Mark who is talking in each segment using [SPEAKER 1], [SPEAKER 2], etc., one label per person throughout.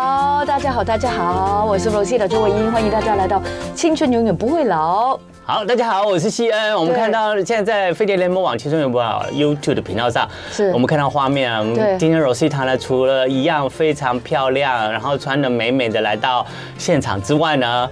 [SPEAKER 1] 家好，大家好，我是 Rosie 的周慧英，欢迎大家来到《青春永远不会老》。
[SPEAKER 2] 好，大家好，我是西恩。我们
[SPEAKER 1] 对
[SPEAKER 2] 看到现在在飞碟联盟网、青春永不老 YouTube 的频道上，
[SPEAKER 1] 是
[SPEAKER 2] 我们看到画面啊。我
[SPEAKER 1] 对
[SPEAKER 2] 们今天 Rosita 呢，除了一样非常漂亮，然后穿的美美的来到现场之外呢，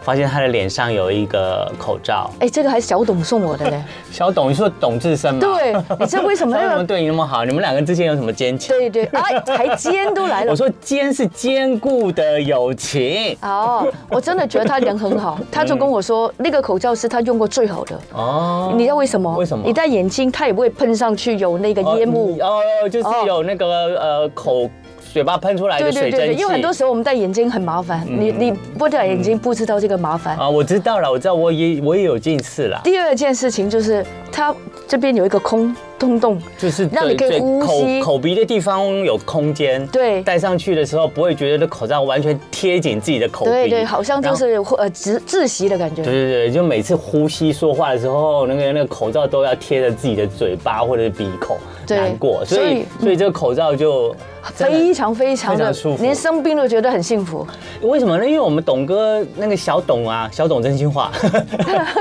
[SPEAKER 2] 发现她的脸上有一个口罩。
[SPEAKER 1] 哎，这个还是小董送我的 呢。
[SPEAKER 2] 小董，你说董志生吗？
[SPEAKER 1] 对你知道为什么
[SPEAKER 2] 他
[SPEAKER 1] 那个
[SPEAKER 2] 为 什么对你那么好？你们两个之间有什么奸情？
[SPEAKER 1] 对对，哎，还肩都来了
[SPEAKER 2] 我。说坚是坚固的友情。
[SPEAKER 1] 哦，我真的觉得他人很好，他就跟我说，那个口罩是他用过最好的。
[SPEAKER 2] 哦，
[SPEAKER 1] 你知道为什么？
[SPEAKER 2] 为什么
[SPEAKER 1] 你戴眼镜，它也不会喷上去有那个烟雾。
[SPEAKER 2] 哦，你哦就是有那个呃口嘴巴喷出来的水蒸气。嗯
[SPEAKER 1] 因为很多时候我们戴眼镜很麻烦，你你不戴眼镜不知道这个麻烦。
[SPEAKER 2] 啊，我知道了，我知道，我也我也有近视啦，
[SPEAKER 1] 第二件事情就是，它这边有一个空洞洞，
[SPEAKER 2] 就是
[SPEAKER 1] 让你
[SPEAKER 2] 嘴
[SPEAKER 1] 可以
[SPEAKER 2] 嘴
[SPEAKER 1] 呼吸
[SPEAKER 2] 口口鼻的地方有空间，
[SPEAKER 1] 对
[SPEAKER 2] 戴上去的时候不会觉得这口罩完全贴紧自己的口鼻，
[SPEAKER 1] 对对，好像就
[SPEAKER 2] 然后。
[SPEAKER 1] 是呃窒窒息的感觉。
[SPEAKER 2] 对对对，就每次呼吸说话的时候，那个那个口罩都要贴着自己的嘴巴或者是鼻孔，
[SPEAKER 1] 对
[SPEAKER 2] 难过，所
[SPEAKER 1] 所以嗯
[SPEAKER 2] 以所以这个口罩就真的
[SPEAKER 1] 非常非常
[SPEAKER 2] 非
[SPEAKER 1] 的
[SPEAKER 2] 常舒服
[SPEAKER 1] 连生病都觉得很幸福。
[SPEAKER 2] 为什么呢？因为我们董哥那个小董啊，小董真心话，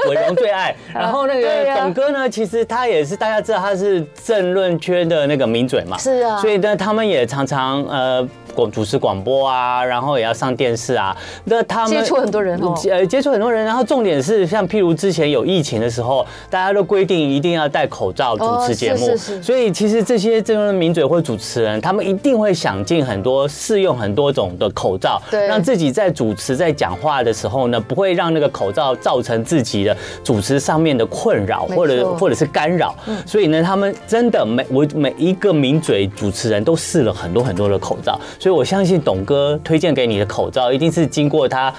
[SPEAKER 2] 伟荣 最爱。然后那
[SPEAKER 1] 对
[SPEAKER 2] 个
[SPEAKER 1] 啊
[SPEAKER 2] 董哥呢，其实他也是大家知道他是政论圈的那个名嘴嘛，
[SPEAKER 1] 是啊
[SPEAKER 2] 所以呢，他们也常常呃广主持广播啊，然后也要上电视啊。那他们
[SPEAKER 1] 接触很多人哦
[SPEAKER 2] 呃，接触很多人。然后重点是，像譬如之前有疫情的时候，大家都规定一定要戴口罩主持节目，
[SPEAKER 1] 哦是是是
[SPEAKER 2] 所以其实这些政论名嘴或主持人，他们一定会想尽很多试用很多种的口罩，
[SPEAKER 1] 对
[SPEAKER 2] 让自己在主持在讲话的时候呢，不会让那个口罩造成自己的主持上面的困扰
[SPEAKER 1] 没错嗯
[SPEAKER 2] 或者或者是干扰。所以呢，他们真的每我每一个名嘴主持人都试了很多很多的口罩，所以我相信董哥推荐给你的口罩一定是经过他。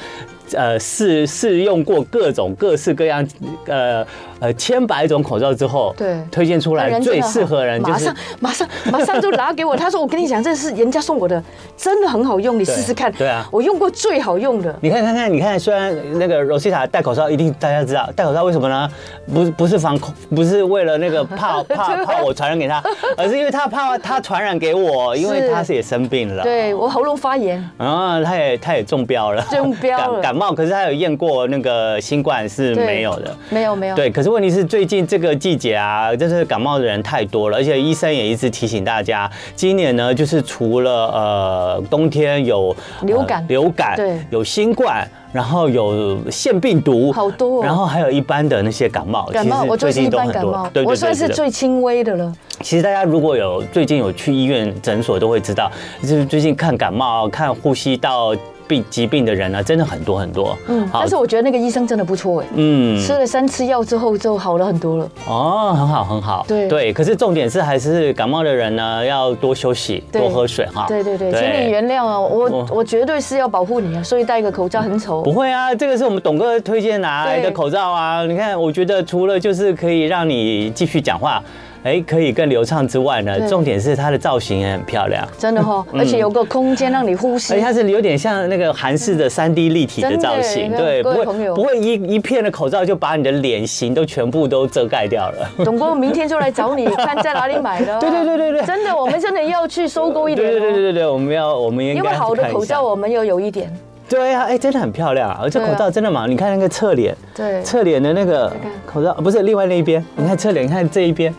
[SPEAKER 2] 呃，试试用过各种各式各样，呃呃，千百种口罩之后，
[SPEAKER 1] 对
[SPEAKER 2] 推荐出来
[SPEAKER 1] 人真
[SPEAKER 2] 最
[SPEAKER 1] 的好
[SPEAKER 2] 适合人就
[SPEAKER 1] 马
[SPEAKER 2] 是
[SPEAKER 1] 上马上马上就拿给我。他说：“我跟你讲，这是人家送我的，真的很好用，你试试看。”
[SPEAKER 2] 对啊
[SPEAKER 1] 我用过最好用的。
[SPEAKER 2] 你看看看，你看，虽然那个 Rosita 戴口罩，一定大家知道戴口罩为什么呢？不不是防控，不是为了 那个怕怕怕我传染给他，而是因为他怕他传染给我，因为
[SPEAKER 1] 是
[SPEAKER 2] 他是也生病了。。
[SPEAKER 1] 对我喉咙发炎，
[SPEAKER 2] 啊，他也他也中标了，
[SPEAKER 1] 中标了
[SPEAKER 2] 感 感冒，可是他有验过那个新冠是
[SPEAKER 1] 对
[SPEAKER 2] 没有的，
[SPEAKER 1] 没有没有。
[SPEAKER 2] 对，可是问题是最近这个季节啊，就是感冒的人太多了，而且医生也一直提醒大家，今年呢，就是除了呃冬天有呃
[SPEAKER 1] 流感
[SPEAKER 2] 流感，
[SPEAKER 1] 对
[SPEAKER 2] 有新冠。然后有腺病毒，
[SPEAKER 1] 好多哦
[SPEAKER 2] 然后还有一般的那些感冒，
[SPEAKER 1] 感
[SPEAKER 2] 其
[SPEAKER 1] 冒
[SPEAKER 2] 实
[SPEAKER 1] 我就
[SPEAKER 2] 最
[SPEAKER 1] 是
[SPEAKER 2] 近
[SPEAKER 1] 一
[SPEAKER 2] 都
[SPEAKER 1] 般
[SPEAKER 2] 很
[SPEAKER 1] 感
[SPEAKER 2] 多
[SPEAKER 1] 冒
[SPEAKER 2] 对，对
[SPEAKER 1] 我
[SPEAKER 2] 对
[SPEAKER 1] 算是
[SPEAKER 2] 对对
[SPEAKER 1] 最轻微的了。
[SPEAKER 2] 其实大家如果有最近有去医院诊所，都会知道，就是最近看感冒、看呼吸道病疾病的人呢、真的很多很多。
[SPEAKER 1] 嗯，但是我觉得那个医生真的不错哎，
[SPEAKER 2] 嗯
[SPEAKER 1] 吃了三次药之后就好了很多了。
[SPEAKER 2] 哦，很好，很好。
[SPEAKER 1] 对
[SPEAKER 2] 可是重点是还是感冒的人呢，要多休息，
[SPEAKER 1] 对
[SPEAKER 2] 多喝水哈。嗯
[SPEAKER 1] 对对对，请你原谅啊，我我绝对是要保护你啊，所以戴一个口罩很丑
[SPEAKER 2] 不。会啊，这个是我们董哥推荐拿来的
[SPEAKER 1] 对
[SPEAKER 2] 口罩啊。你看，我觉得除了就是可以让你继续讲话，哎，可以更流畅之外
[SPEAKER 1] 对
[SPEAKER 2] 呢，重点是它的造型也很漂亮，
[SPEAKER 1] 真的哈、
[SPEAKER 2] 嗯
[SPEAKER 1] 而且有个空间让你呼吸
[SPEAKER 2] 而且，它是有点像那个韩式的三 D 立体的
[SPEAKER 1] 真的
[SPEAKER 2] 造
[SPEAKER 1] 耶
[SPEAKER 2] 型，
[SPEAKER 1] 那
[SPEAKER 2] 对，
[SPEAKER 1] 各
[SPEAKER 2] 不
[SPEAKER 1] 位
[SPEAKER 2] 会
[SPEAKER 1] 朋友
[SPEAKER 2] 不会一一片的口罩就把你的脸型都全部都遮盖掉了。
[SPEAKER 1] 董哥，我明天就来找你，看在哪里买的。
[SPEAKER 2] 对对对对对
[SPEAKER 1] 真的，我们真的要去收购一
[SPEAKER 2] 对
[SPEAKER 1] 点、哦。
[SPEAKER 2] 对对对对，我们要我们应该
[SPEAKER 1] 因为
[SPEAKER 2] 去
[SPEAKER 1] 好的
[SPEAKER 2] 看一
[SPEAKER 1] 口
[SPEAKER 2] 下
[SPEAKER 1] 罩我们要有一点。
[SPEAKER 2] 对啊，哎、真的很漂亮啊！而这
[SPEAKER 1] 对啊
[SPEAKER 2] 口罩真的嘛，你看那个侧脸，
[SPEAKER 1] 对
[SPEAKER 2] 侧脸的那个
[SPEAKER 1] 看
[SPEAKER 2] 口罩，不是另外那一边，你看侧脸，你看这一边，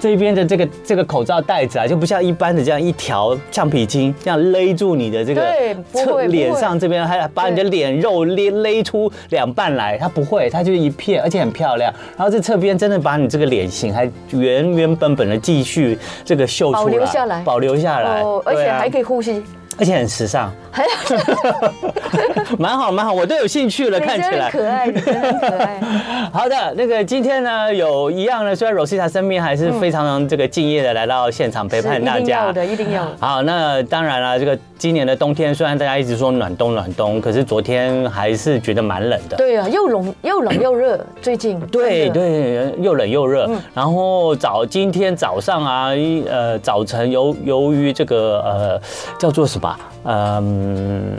[SPEAKER 2] 这一边的这个这个口罩带子啊，就不像一般的这样一条橡皮筋这样勒住你的这个
[SPEAKER 1] 对不会不会
[SPEAKER 2] 侧脸上这边，还把你的
[SPEAKER 1] 对
[SPEAKER 2] 脸肉勒勒出两半来，它不会，它就是一片，而且很漂亮。然后这侧边真的把你这个脸型还原原本本的继续这个秀出来，
[SPEAKER 1] 保留下来
[SPEAKER 2] 保留下来，
[SPEAKER 1] 哦
[SPEAKER 2] 啊
[SPEAKER 1] 而且还
[SPEAKER 2] 以。
[SPEAKER 1] 可以呼吸，
[SPEAKER 2] 而且很时尚， 蛮好蛮好，我都有兴趣了，
[SPEAKER 1] 你
[SPEAKER 2] 看起
[SPEAKER 1] 真的
[SPEAKER 2] 来。
[SPEAKER 1] 可爱，你真的可爱。
[SPEAKER 2] 好的，那个今天呢，有一样呢，虽然 Rosita 生病，还是非常这个敬业的来到现场陪
[SPEAKER 1] 是
[SPEAKER 2] 伴
[SPEAKER 1] 一
[SPEAKER 2] 大
[SPEAKER 1] 定
[SPEAKER 2] 家
[SPEAKER 1] 要。的，一定要的。
[SPEAKER 2] 好，那当然了，这个今年的冬天，虽然大家一直说暖冬暖冬，可是昨天还是觉得蛮冷的。
[SPEAKER 1] 对啊，又冷又冷又热，最近
[SPEAKER 2] 对
[SPEAKER 1] 真的嗯
[SPEAKER 2] 对，又冷又热。然后早今天早上啊，一呃，早晨由由于这个呃叫做什么啊，嗯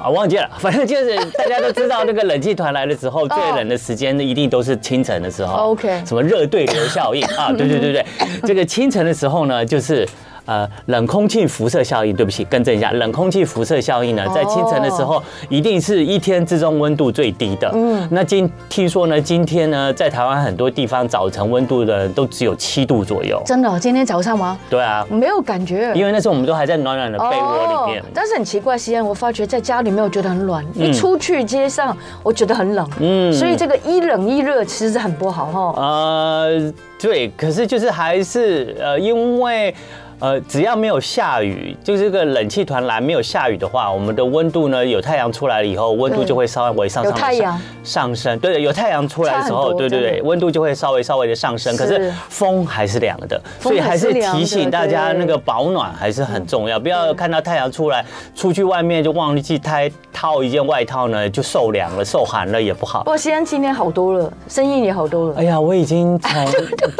[SPEAKER 2] 啊，忘记了， 反正就是大家都知道，那个冷气团来的时候，最冷的时间一定都是清晨的时候。
[SPEAKER 1] 哦 OK
[SPEAKER 2] 什么热对流效应啊？对对对对，这个清晨的时候呢，就是。呃冷空气辐射效应，对不起，更正一下，冷空气辐射效应呢，在清晨的时候哦一定是一天之中温度最低的。嗯，那今听说呢，今天呢，在台湾很多地方早晨温度的都只有七度左右。
[SPEAKER 1] 真的哦，今天早上吗？
[SPEAKER 2] 对啊，
[SPEAKER 1] 没有感觉，
[SPEAKER 2] 因为那时候我们都还在暖暖的被窝里面嗯
[SPEAKER 1] 哦。但是很奇怪，西安我发觉在家里没有觉得很暖，一出去街上我觉得很冷。嗯，所以这个一冷一热其实很不好哈。
[SPEAKER 2] 呃，对，可是就是还是呃，因为。呃，只要没有下雨，就是这个冷气团来没有下雨的话，我们的温度呢，有太阳出来了以后，温度
[SPEAKER 1] 对
[SPEAKER 2] 就会稍微上
[SPEAKER 1] 有
[SPEAKER 2] 上
[SPEAKER 1] 太阳
[SPEAKER 2] 上升。对的，有太阳出来的时
[SPEAKER 1] 差很
[SPEAKER 2] 候，
[SPEAKER 1] 多
[SPEAKER 2] 对对
[SPEAKER 1] 真的
[SPEAKER 2] 对，温度就会稍微稍微的上升。可
[SPEAKER 1] 是
[SPEAKER 2] 是风还是凉的，所以
[SPEAKER 1] 还
[SPEAKER 2] 还
[SPEAKER 1] 是
[SPEAKER 2] 是
[SPEAKER 1] 凉的
[SPEAKER 2] 提醒大家
[SPEAKER 1] 对
[SPEAKER 2] 那个保暖还是很重要，不要看到太阳出来，出去外面就忘记太套一件外套呢，就受凉了、受寒了也不好
[SPEAKER 1] 不。过西安今天好多了，生意也好多了
[SPEAKER 2] 哎。呀，我已经从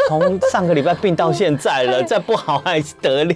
[SPEAKER 2] 从上个礼拜病到现在了，再不好还得 了？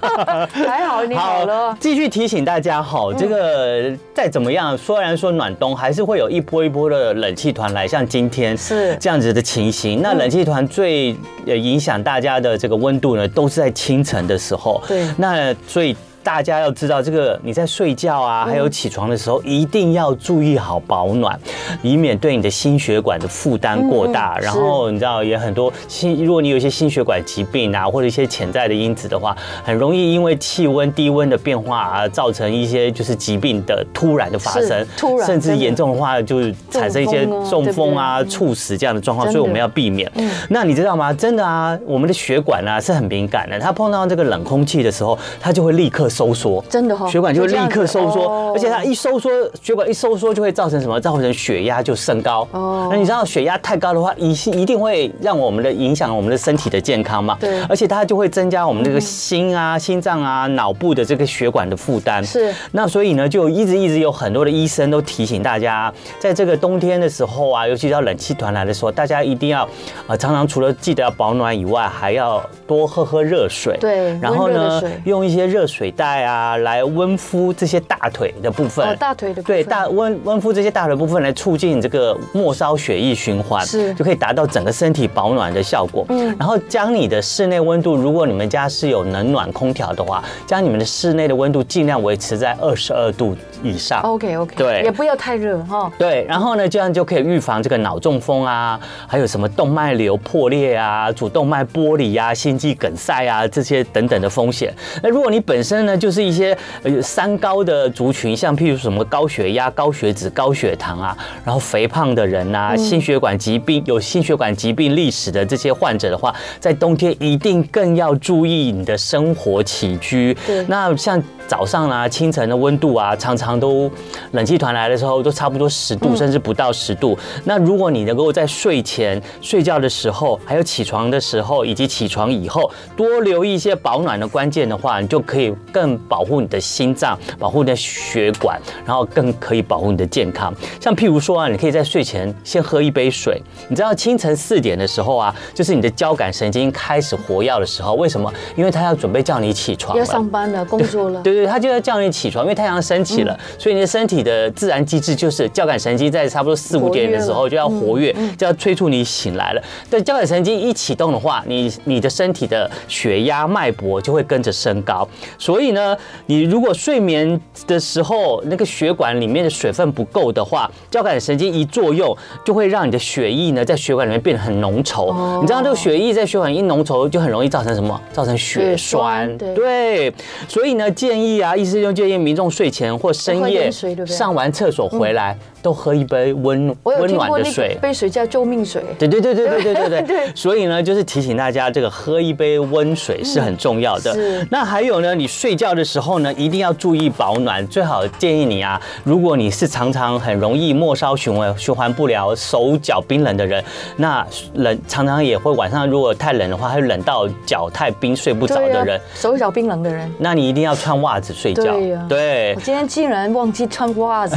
[SPEAKER 1] 还好你好了，嗯
[SPEAKER 2] 继续提醒大家哈，这个再怎么样，虽然说暖冬，还是会有一波一波的冷气团来，像今天
[SPEAKER 1] 是嗯
[SPEAKER 2] 这样子的情形。那冷气团最呃影响大家的这个温度呢，都是在清晨的时候。
[SPEAKER 1] 对
[SPEAKER 2] 那所以。大家要知道，这个你在睡觉
[SPEAKER 1] 嗯
[SPEAKER 2] 啊，还有起床的时候，一定要注意好保暖，以免对你的心血管的负担过大。
[SPEAKER 1] 嗯嗯
[SPEAKER 2] 然
[SPEAKER 1] 是
[SPEAKER 2] 后你知道也很多心，如果你有一些心血管疾病啊，或者一些潜在的因子的话，很容易因为气温、低温的变化啊，造成一些就是疾病的突然的发
[SPEAKER 1] 是
[SPEAKER 2] 生，
[SPEAKER 1] 突然
[SPEAKER 2] 甚至
[SPEAKER 1] 真的
[SPEAKER 2] 严重的话就是产生一些
[SPEAKER 1] 中
[SPEAKER 2] 中
[SPEAKER 1] 风
[SPEAKER 2] 风
[SPEAKER 1] 啊
[SPEAKER 2] 啊、猝死这样的状况，
[SPEAKER 1] 真的
[SPEAKER 2] 所以我们要避免。
[SPEAKER 1] 嗯
[SPEAKER 2] 那你知道吗？真的啊，我们的血管啊是很敏感的，它碰到这个冷空气的时候，它就会立刻收缩，
[SPEAKER 1] 真的哦
[SPEAKER 2] 血管就会立刻收
[SPEAKER 1] 就这样子哦
[SPEAKER 2] 缩，而且它一收缩，血管一收缩就会造成什么？造成血压就升高。
[SPEAKER 1] 哦
[SPEAKER 2] 哦，那你知道血压太高的话，一一定会让我们的影响我们的身体的健康嘛？
[SPEAKER 1] 对嗯
[SPEAKER 2] 而且它就会增加我们这个心啊、心脏啊、脑部的这个血管的负担。
[SPEAKER 1] 是
[SPEAKER 2] 那所以呢，就一直一直有很多的医生都提醒大家，在这个冬天的时候啊，尤其到冷气团来的时候，大家一定要呃常常除了记得要保暖以外，还要多喝喝热水。
[SPEAKER 1] 对
[SPEAKER 2] 然后
[SPEAKER 1] 温热的
[SPEAKER 2] 呢
[SPEAKER 1] 水，
[SPEAKER 2] 用一些热水袋啊来温敷这些大腿的部分。
[SPEAKER 1] 哦大腿的部分
[SPEAKER 2] 对大温温敷这些大腿部分来促进这个末梢血液循环，
[SPEAKER 1] 是
[SPEAKER 2] 就可以达到整个身体保暖的效果。嗯，然后将你的室内温度，如果你们家是有冷暖空调的话，将你们的室内的温度尽量维持在二十二度以上。
[SPEAKER 1] ，OK OK，
[SPEAKER 2] 对
[SPEAKER 1] 啊也不要太热哈。
[SPEAKER 2] 对，然后呢，这样就可以预防这个脑中风啊，还有什么动脉瘤破裂啊、主动脉剥离啊、心肌梗塞啊这些等等的风险。那如果你本身呢，就是一些呃三高的族群，像譬如什么高血压、高血脂、高血糖啊，然后肥胖的人啊，心血管疾病有心血管疾病历史的这些患者的话，在冬天一定更要注意你的生活起居
[SPEAKER 1] 对。
[SPEAKER 2] 那像早上啊、清晨的温度啊，常常都冷气团来的时候都差不多十
[SPEAKER 1] 嗯
[SPEAKER 2] 度，甚至不到十度。那如果你能够在睡前、睡觉的时候，还有起床的时候，以及起床以后，多留意一些保暖的关键的话，你就可以更保护你的心脏，保护你的血管，然后更可以保护你的健康。像譬如说啊，你可以在睡前先喝一杯水。你知道清晨四点的时候啊，就是你的交感神经开始活跃的时候，为什么？因为它要准备叫你起床
[SPEAKER 1] 要
[SPEAKER 2] 了。
[SPEAKER 1] 上班了，工作了，嗯
[SPEAKER 2] 对对，它就要叫你起床，因为太阳升起了，所以你的身体的自然机制就是交感神经在差不多四
[SPEAKER 1] 活
[SPEAKER 2] 五
[SPEAKER 1] 跃
[SPEAKER 2] 点的时候
[SPEAKER 1] 了
[SPEAKER 2] 就要活跃，
[SPEAKER 1] 嗯
[SPEAKER 2] 就要催促你醒来了。对，交感神经一启动的话，你你的身体的血压、脉搏就会跟着升高。所以呢，你如果睡眠的时候那个血管里面的水分不够的话，交感神经一作用，就会让你的血液呢在血管里面变得很浓稠。
[SPEAKER 1] 哦
[SPEAKER 2] 你知道这个血液在血管一浓稠，就很容易造成什么？造成血
[SPEAKER 1] 血栓
[SPEAKER 2] 栓。
[SPEAKER 1] 对
[SPEAKER 2] 对，所以呢，建议啊，医师就建议民众睡前或
[SPEAKER 1] 多
[SPEAKER 2] 深
[SPEAKER 1] 喝点
[SPEAKER 2] 夜
[SPEAKER 1] 水对不对
[SPEAKER 2] 上完厕所回来，都喝一杯温
[SPEAKER 1] 我有
[SPEAKER 2] 温
[SPEAKER 1] 听
[SPEAKER 2] 暖
[SPEAKER 1] 过
[SPEAKER 2] 的
[SPEAKER 1] 那个
[SPEAKER 2] 水。
[SPEAKER 1] 杯水叫救命水，
[SPEAKER 2] 对对对对对对对对
[SPEAKER 1] 对
[SPEAKER 2] 所以呢，就是提醒大家，这个喝一杯温水是很重要的。
[SPEAKER 1] 嗯是
[SPEAKER 2] 那还有呢，你睡觉的时候呢，一定要注意保暖，最好建议你啊，如果你是常常很容易末梢循环循环不了、手脚冰冷的人，那冷常常也会晚上如果太冷的话，会冷到脚太冰睡不着
[SPEAKER 1] 啊
[SPEAKER 2] 的人。
[SPEAKER 1] 手脚冰冷的人。
[SPEAKER 2] 那你一定要穿袜子睡觉。
[SPEAKER 1] 对呀
[SPEAKER 2] 对
[SPEAKER 1] 我今天竟然忘记穿袜子，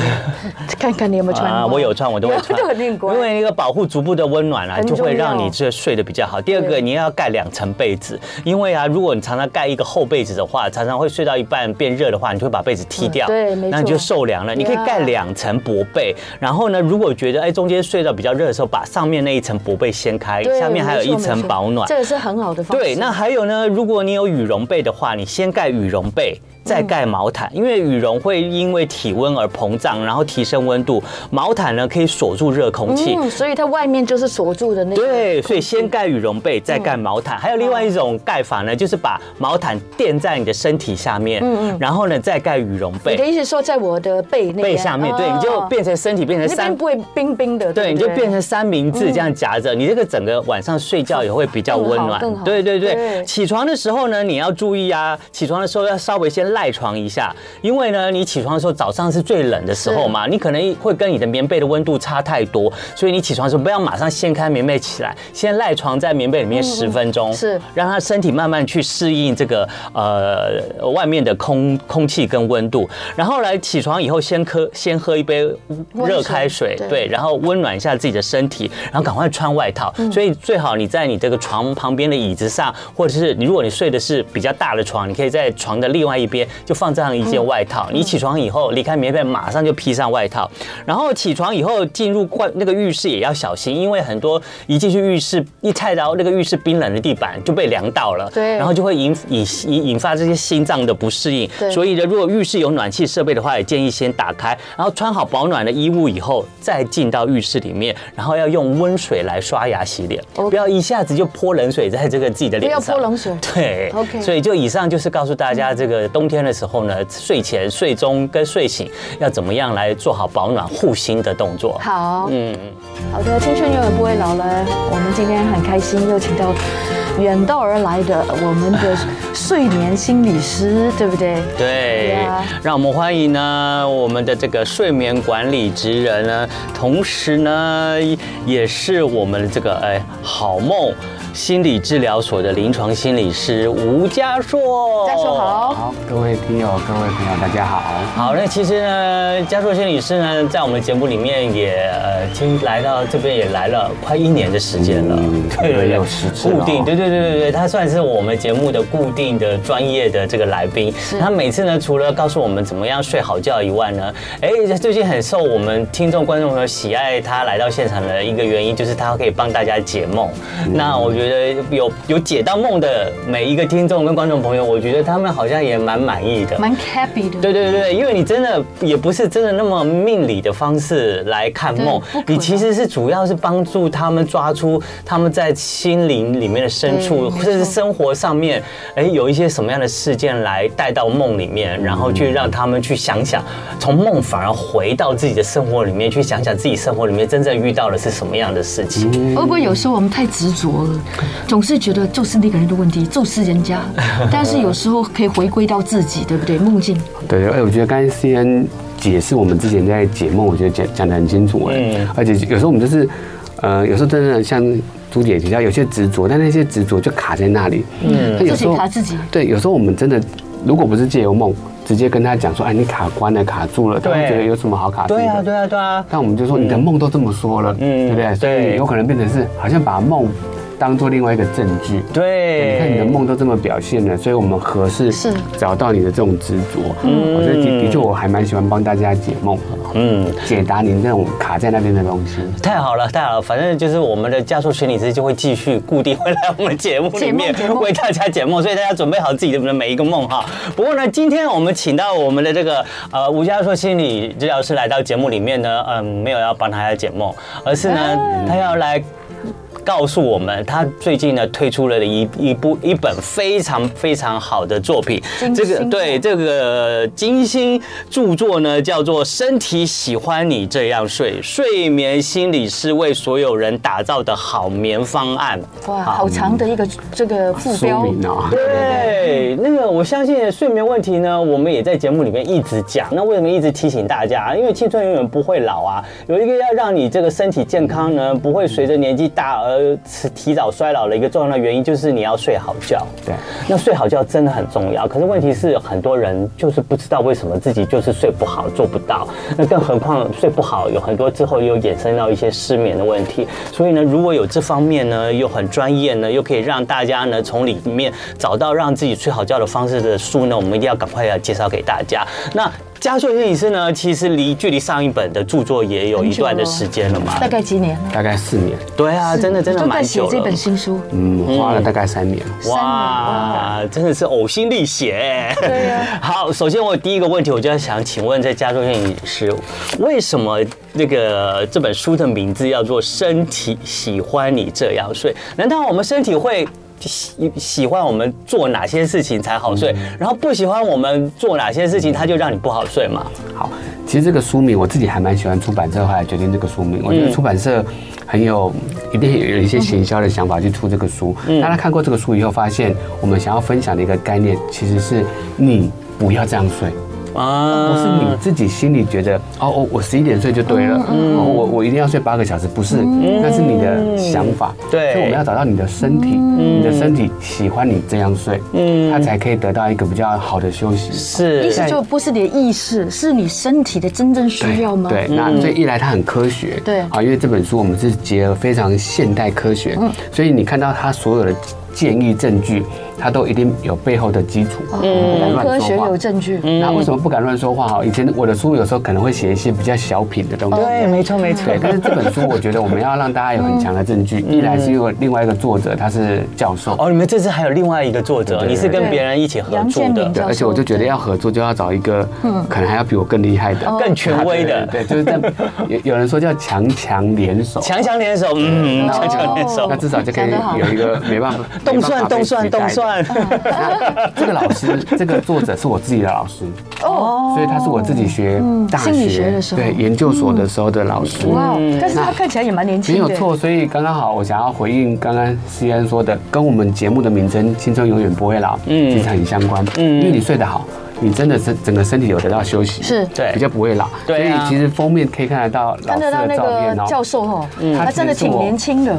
[SPEAKER 1] 看看你有没有穿？
[SPEAKER 2] 啊，我有穿，我都会 穿，
[SPEAKER 1] 就很灵光
[SPEAKER 2] 因为那个保护足部的温暖啊，
[SPEAKER 1] 很
[SPEAKER 2] 就
[SPEAKER 1] 重
[SPEAKER 2] 会让
[SPEAKER 1] 要
[SPEAKER 2] 你这睡得比较好。第二个，
[SPEAKER 1] 对
[SPEAKER 2] 你要盖两层被子，因为啊，如果你常常盖一个厚被子的话，常常会睡到一半变热的话，你就会把被子踢掉，
[SPEAKER 1] 嗯对没
[SPEAKER 2] 那你就
[SPEAKER 1] 错
[SPEAKER 2] 受凉了。你可以
[SPEAKER 1] 呀
[SPEAKER 2] 盖两层薄被，然后呢，如果觉得哎中间睡到比较热的时候，把上面那一层薄被掀开，
[SPEAKER 1] 对
[SPEAKER 2] 下面还有
[SPEAKER 1] 没错
[SPEAKER 2] 一层
[SPEAKER 1] 没错
[SPEAKER 2] 保暖
[SPEAKER 1] 这。个是很好的方式。
[SPEAKER 2] 对，那还有呢，如果你有羽绒被的话，你先盖羽绒
[SPEAKER 1] 嗯
[SPEAKER 2] 被。再盖毛毯，因为羽绒会因为体温而膨胀，然后提升温度。毛毯呢可以锁住热空气，
[SPEAKER 1] 嗯，所以它外面就是锁住的那个。
[SPEAKER 2] 对，所以先盖羽绒被，再盖毛
[SPEAKER 1] 嗯
[SPEAKER 2] 毯。还有另外一种盖法呢，就是把毛毯垫在你的身体下面，然后呢再盖羽绒
[SPEAKER 1] 嗯你的
[SPEAKER 2] 被，
[SPEAKER 1] 意思说在我的背那边
[SPEAKER 2] 被下面，对，你就
[SPEAKER 1] 哦
[SPEAKER 2] 变成身体变成
[SPEAKER 1] 那边
[SPEAKER 2] 三
[SPEAKER 1] 不。会冰冰的，不
[SPEAKER 2] 对，
[SPEAKER 1] 嗯
[SPEAKER 2] 你就变成三明治这样夹着，你这个整个晚上睡觉也会比较温暖
[SPEAKER 1] 更好更。好
[SPEAKER 2] 对对对，
[SPEAKER 1] 对
[SPEAKER 2] 起床的时候呢，你要注意啊，起床的时候要稍微先赖床一下，因为呢，你起床的时候早上是最冷的时候嘛，你可能会跟你的棉被的温度差太多，所以你起床的时候不要马上掀开棉被起来，先赖床在棉被里面十分钟，
[SPEAKER 1] 嗯是
[SPEAKER 2] 让他身体慢慢去适应这个呃外面的空空气跟温度，然后来起床以后先喝先喝一杯
[SPEAKER 1] 温
[SPEAKER 2] 热
[SPEAKER 1] 水
[SPEAKER 2] 开水，
[SPEAKER 1] 对
[SPEAKER 2] 对，然后温暖一下自己的身体，然后赶快穿外套。所以最好你在你这个床旁边的椅子上，或者是你如果你睡的是比较大的床，你可以在床的另外一边就放这样一件外套。你起床以后离开棉被，马上就披上外套。然后起床以后进入快那个浴室也要小心，因为很多一进去浴室一踩到那个浴室冰冷的地板就被凉到了，
[SPEAKER 1] 对
[SPEAKER 2] 然后就会引引引引发这些心脏的不适应。
[SPEAKER 1] 对
[SPEAKER 2] 所以呢，如果浴室有暖气设备的话，也建议先打开，然后穿好保暖的衣物以后，再进到浴室里面，然后要用温水来刷牙洗脸，
[SPEAKER 1] OK
[SPEAKER 2] 不要一下子就泼冷水在这个自己的
[SPEAKER 1] 不
[SPEAKER 2] 脸
[SPEAKER 1] 要
[SPEAKER 2] 上。嗯
[SPEAKER 1] 泼冷水。
[SPEAKER 2] 对
[SPEAKER 1] OK
[SPEAKER 2] 所以就以上就是告诉大家，这个冬天的时候呢，睡前、睡中跟睡醒要怎么样来做好保暖护心的动作。
[SPEAKER 1] 好，
[SPEAKER 2] 嗯，
[SPEAKER 1] 好的，青春永远不会老了。我们今天很开心，又请到远道而来的我们的睡眠心理师，对不对？
[SPEAKER 2] 对
[SPEAKER 1] Yeah
[SPEAKER 2] 让我们欢迎呢我们的这个睡眠管理职人呢，同时呢也是我们的这个哎好梦心理治疗所的临床心理师吴家硕。
[SPEAKER 1] 家硕好。
[SPEAKER 3] 好，各位听友，各位朋友，大家好。
[SPEAKER 2] 好，那其实呢，嘉硕心理师呢，在我们节目里面也呃，听来到这边也来了快一年的时间了，
[SPEAKER 3] 嗯
[SPEAKER 2] 对
[SPEAKER 3] 差不多有十次了
[SPEAKER 2] 固定，对对对对对，他算是我们节目的固定的专业的这个来宾。他每次呢，除了告诉我们怎么样睡好觉以外呢，哎，最近很受我们听众观众朋友喜爱他来到现场的一个原因，就是他可以帮大家解梦。
[SPEAKER 3] 嗯
[SPEAKER 2] 那我觉得有有解到梦的每一个听众跟观众朋友，我觉得他们好像也蛮满意的，
[SPEAKER 1] 蛮 happy 的。
[SPEAKER 2] 对对对，因为你真的也不是真的那么命理的方式来看
[SPEAKER 1] 对不
[SPEAKER 2] 梦
[SPEAKER 1] 可，能
[SPEAKER 2] 你其实是主要是帮助他们抓出他们在心灵里面的深
[SPEAKER 1] 对没
[SPEAKER 2] 处，
[SPEAKER 1] 错
[SPEAKER 2] 或者是生活上面，哎，有一些什么样的事件来带到梦里面，然后去让他们去想想，从梦反而回到自己的生活里面去想想自己生活里面真正遇到的是什么样的事情。
[SPEAKER 4] 会不会有时候我们太执着了，总是觉得就是那个人的问题，就是人家，但是有时候可以回归到自己，对不对？梦境
[SPEAKER 3] 对，哎，我觉得刚才 C N 解释我们之前在解梦，我觉得讲讲得很清楚哎
[SPEAKER 2] 嗯，
[SPEAKER 3] 而且有时候我们就是，呃，有时候真的像朱姐提到，有些执着，但那些执着就卡在那里，嗯，
[SPEAKER 4] 自己卡自己，
[SPEAKER 3] 对，有时候我们真的如果不是借由梦，直接跟他讲说，哎，你卡关了，卡住了，他会
[SPEAKER 2] 对
[SPEAKER 3] 觉得有什么好卡住的？
[SPEAKER 2] 对啊，对啊，对啊。
[SPEAKER 3] 但我们就说你的梦都这么说了，
[SPEAKER 2] 嗯
[SPEAKER 3] 对不对？所
[SPEAKER 2] 对
[SPEAKER 3] 以有可能变成是好像把梦当做另外一个证据，
[SPEAKER 2] 对，
[SPEAKER 3] 你看你的梦都这么表现了，所以我们合适
[SPEAKER 4] 是
[SPEAKER 3] 找到你的这种执着。我觉得的的确我还蛮喜欢帮大家解梦，
[SPEAKER 2] 嗯，
[SPEAKER 3] 解答你那种卡在那边的东西。
[SPEAKER 2] 太好了，太好了，反正就是我们的加速心理师就会继续固定会来我们节目里面
[SPEAKER 4] 解梦解梦
[SPEAKER 2] 为大家解梦，所以大家准备好自己的每一个梦哈。不过呢，今天我们请到我们的这个呃吴家硕心理治疗师来到节目里面呢，嗯、没有要帮大家解梦，而是呢，他要来。告诉我们，他最近呢推出了一一部一本非常非常好的作品，这个对这个金星著作呢叫做《身体喜欢你这样睡：睡眠心理师为所有人打造的好眠方案》。
[SPEAKER 1] 哇，好长的一个这个副标
[SPEAKER 3] 说。明嗯啊，
[SPEAKER 2] 对，那个我相信睡眠问题呢，我们也在节目里面一直讲。那为什么一直提醒大家？
[SPEAKER 1] 嗯
[SPEAKER 2] 因为青春永远不会老啊，有一个要让你这个身体健康呢，不会随着年纪大而呃迟提早衰老的一个重要的原因就是你要睡好觉。
[SPEAKER 3] 对，
[SPEAKER 2] 那睡好觉真的很重要。可是问题是，很多人就是不知道为什么自己就是睡不好，做不到。那更何况睡不好，有很多之后又衍生到一些失眠的问题。所以呢，如果有这方面呢，又很专业呢，又可以让大家呢从里面找到让自己睡好觉的方式的书呢，我们一定要赶快要介绍给大家。那。加秀心理师呢，其实离距离上一本的著作也有一段的时间了嘛。
[SPEAKER 4] 大概几年了？
[SPEAKER 3] 大概四年，
[SPEAKER 2] 对啊，真的真的
[SPEAKER 4] 都
[SPEAKER 2] 蛮
[SPEAKER 4] 在写
[SPEAKER 2] 久
[SPEAKER 4] 这
[SPEAKER 2] 了
[SPEAKER 4] 本。新书，
[SPEAKER 3] 嗯，花了大概三年。
[SPEAKER 2] 哇，真的是呕心沥血。欸
[SPEAKER 1] 对
[SPEAKER 3] 啊
[SPEAKER 1] 呀
[SPEAKER 2] 好，首先我第一个问题，我就要想请问，在加州摄影师，为什么那个这本书的名字叫做《身体喜欢你这样睡》？难道我们身体会？喜喜欢我们做哪些事情才好睡，
[SPEAKER 3] 嗯
[SPEAKER 2] 然后不喜欢我们做哪些事情，它就让你不好睡嘛？
[SPEAKER 3] 好，其实这个书名我自己还蛮喜欢，出版社后来决定这个书名，我觉得出版社很有一定有一些行销的想法去出这个书。大家看过这个书以后，发现我们想要分享的一个概念，其实是你不要这样睡。
[SPEAKER 2] 啊
[SPEAKER 3] 不是你自己心里觉得
[SPEAKER 2] 嗯
[SPEAKER 3] 哦，我我十一点睡就对了，哦我我一定要睡八个小时，不是，那是你的想法。
[SPEAKER 2] 嗯对嗯
[SPEAKER 3] 所以我们要找到你的身体，你的身体喜欢你这样睡，嗯，它才可以得到一个比较好的休息。
[SPEAKER 2] 是
[SPEAKER 4] 意思就不是你的意识，是你身体的真正需要吗？
[SPEAKER 3] 对，那
[SPEAKER 2] 嗯
[SPEAKER 3] 所以一来它很科学，
[SPEAKER 4] 对
[SPEAKER 3] 啊，因为这本书我们是结合非常现代科学，
[SPEAKER 4] 嗯
[SPEAKER 3] 所以你看到它所有的建议证据，它都一定有背后的基础，不嗯敢
[SPEAKER 4] 哦嗯
[SPEAKER 3] 乱
[SPEAKER 4] 科
[SPEAKER 3] 说
[SPEAKER 4] 学
[SPEAKER 3] 话嗯
[SPEAKER 4] 有证据。
[SPEAKER 2] 嗯
[SPEAKER 3] 那为什么不敢乱说话哈？以前我的书有时候可能会写一些比较小品的东西，
[SPEAKER 2] 哦对，没错没错嗯
[SPEAKER 3] 对，，但是这本书我觉得我们要让大家有很强的证据，一来是因为另外一个作者他是教授。
[SPEAKER 2] 哦，你们这次还有另外一个作者，
[SPEAKER 3] 对对
[SPEAKER 2] 你是跟别人一起合
[SPEAKER 1] 杨
[SPEAKER 2] 著
[SPEAKER 1] 建
[SPEAKER 2] 的
[SPEAKER 1] 明，
[SPEAKER 3] 对，
[SPEAKER 1] 教授
[SPEAKER 3] 而且我就觉得要合作就要找一个，
[SPEAKER 2] 嗯
[SPEAKER 3] 可能还要比我更厉害的、
[SPEAKER 2] 更权威的
[SPEAKER 3] 对，对对 就是在有有人说叫强强联手，
[SPEAKER 2] 强强联手，嗯，强强联手
[SPEAKER 3] 那，至少就可以
[SPEAKER 4] 讲得好
[SPEAKER 3] 有一个没办法
[SPEAKER 2] 动算动算。
[SPEAKER 3] 没
[SPEAKER 2] 动
[SPEAKER 3] 办法被取代的
[SPEAKER 2] 算，
[SPEAKER 3] 那这个老师，这个作者是我自己的老师哦，所以他是我自己
[SPEAKER 1] 哦
[SPEAKER 3] 学
[SPEAKER 1] 嗯
[SPEAKER 3] 大
[SPEAKER 4] 心理学的时候
[SPEAKER 3] 对研究所的时候的老师。
[SPEAKER 1] 哇，但是他看起来也蛮年轻
[SPEAKER 3] 嗯没
[SPEAKER 1] 的，
[SPEAKER 3] 有错，所以刚刚好，我想要回应刚刚西安说的，跟我们节目的名称“青春永远不会老”
[SPEAKER 2] 嗯
[SPEAKER 3] 嗯，其实很相关。
[SPEAKER 2] 嗯
[SPEAKER 3] 嗯，因为你睡得好，你真的是整个身体有得到休息，
[SPEAKER 4] 是
[SPEAKER 2] 对
[SPEAKER 3] 比较不会老。
[SPEAKER 2] 对啊
[SPEAKER 3] 所以其实封面可以看得到老
[SPEAKER 1] 看
[SPEAKER 3] 师
[SPEAKER 1] 得到
[SPEAKER 3] 的
[SPEAKER 1] 那
[SPEAKER 3] 照
[SPEAKER 1] 个
[SPEAKER 3] 片
[SPEAKER 1] 教
[SPEAKER 3] 哦。
[SPEAKER 1] 授哦，
[SPEAKER 3] 嗯
[SPEAKER 1] 他真的挺年轻的，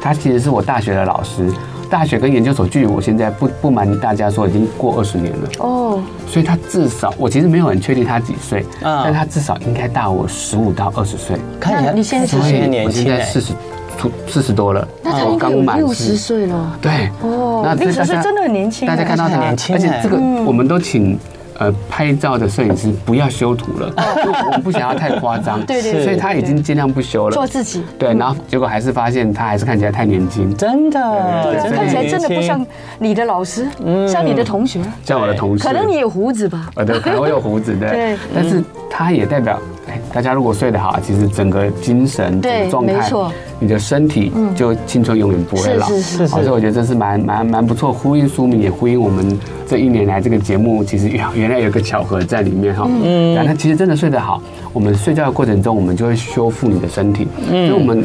[SPEAKER 3] 他其实是我大学的老师，大学跟研究所距离我现在不不瞒大家说已经过二十年了，
[SPEAKER 1] 哦，
[SPEAKER 3] 所以他至少我其实没有很确定他几岁，
[SPEAKER 2] 嗯
[SPEAKER 3] 但他至少应该大我十五到二十岁。
[SPEAKER 2] 看起来
[SPEAKER 4] 那你现在几
[SPEAKER 3] 所
[SPEAKER 4] 岁
[SPEAKER 3] 以
[SPEAKER 2] 很年
[SPEAKER 3] 我现
[SPEAKER 2] 轻
[SPEAKER 3] 在
[SPEAKER 2] 哎
[SPEAKER 3] 四，十出四十多了，
[SPEAKER 4] 那他
[SPEAKER 3] 我
[SPEAKER 4] 应该
[SPEAKER 3] 哦刚
[SPEAKER 4] 有
[SPEAKER 3] 满
[SPEAKER 4] 六
[SPEAKER 3] 四
[SPEAKER 4] 十岁了，
[SPEAKER 3] 对，
[SPEAKER 1] 哦
[SPEAKER 3] 那
[SPEAKER 1] 60
[SPEAKER 3] 大
[SPEAKER 1] 岁
[SPEAKER 3] 家
[SPEAKER 1] 真的很年轻
[SPEAKER 4] 啊
[SPEAKER 3] 大
[SPEAKER 1] 哎
[SPEAKER 3] 家看到
[SPEAKER 2] 而且
[SPEAKER 3] 他，
[SPEAKER 2] 很年轻
[SPEAKER 3] 而且
[SPEAKER 2] 哎
[SPEAKER 3] 这个
[SPEAKER 4] 嗯
[SPEAKER 3] 我们都请。呃，拍照的摄影师不要修图了，因为我们不想要太夸张，
[SPEAKER 4] 哦 对对
[SPEAKER 2] 对
[SPEAKER 3] 所以他已经尽量不修了，
[SPEAKER 4] 做自己。
[SPEAKER 3] 对，然后结果还是发现他还是看起来太年轻，
[SPEAKER 2] 真的，
[SPEAKER 3] 对
[SPEAKER 2] 很
[SPEAKER 1] 看起来真的不
[SPEAKER 2] 年轻
[SPEAKER 1] 像你的老师，
[SPEAKER 3] 嗯
[SPEAKER 4] 像你的同学，
[SPEAKER 3] 像我的同事，
[SPEAKER 4] 可能你有胡子吧？
[SPEAKER 3] 呃对，可能会有胡子，对，
[SPEAKER 4] 对嗯
[SPEAKER 3] 但是它也代表，哎，大家如果睡得好，其实整个精神、
[SPEAKER 4] 对
[SPEAKER 3] 整个状
[SPEAKER 4] 没
[SPEAKER 3] 态
[SPEAKER 4] 错，嗯
[SPEAKER 3] 你的身体就青春永远不会老。哦
[SPEAKER 4] 是是是
[SPEAKER 3] 好所以我觉得这是蛮蛮蛮不错，呼应书名，也呼应我们这一年来这个节目，其实原原来有一个巧合在里面哈。嗯，那其实真的睡得好，我们睡觉的过程中，我们就会修复你的身体，嗯，所以我们。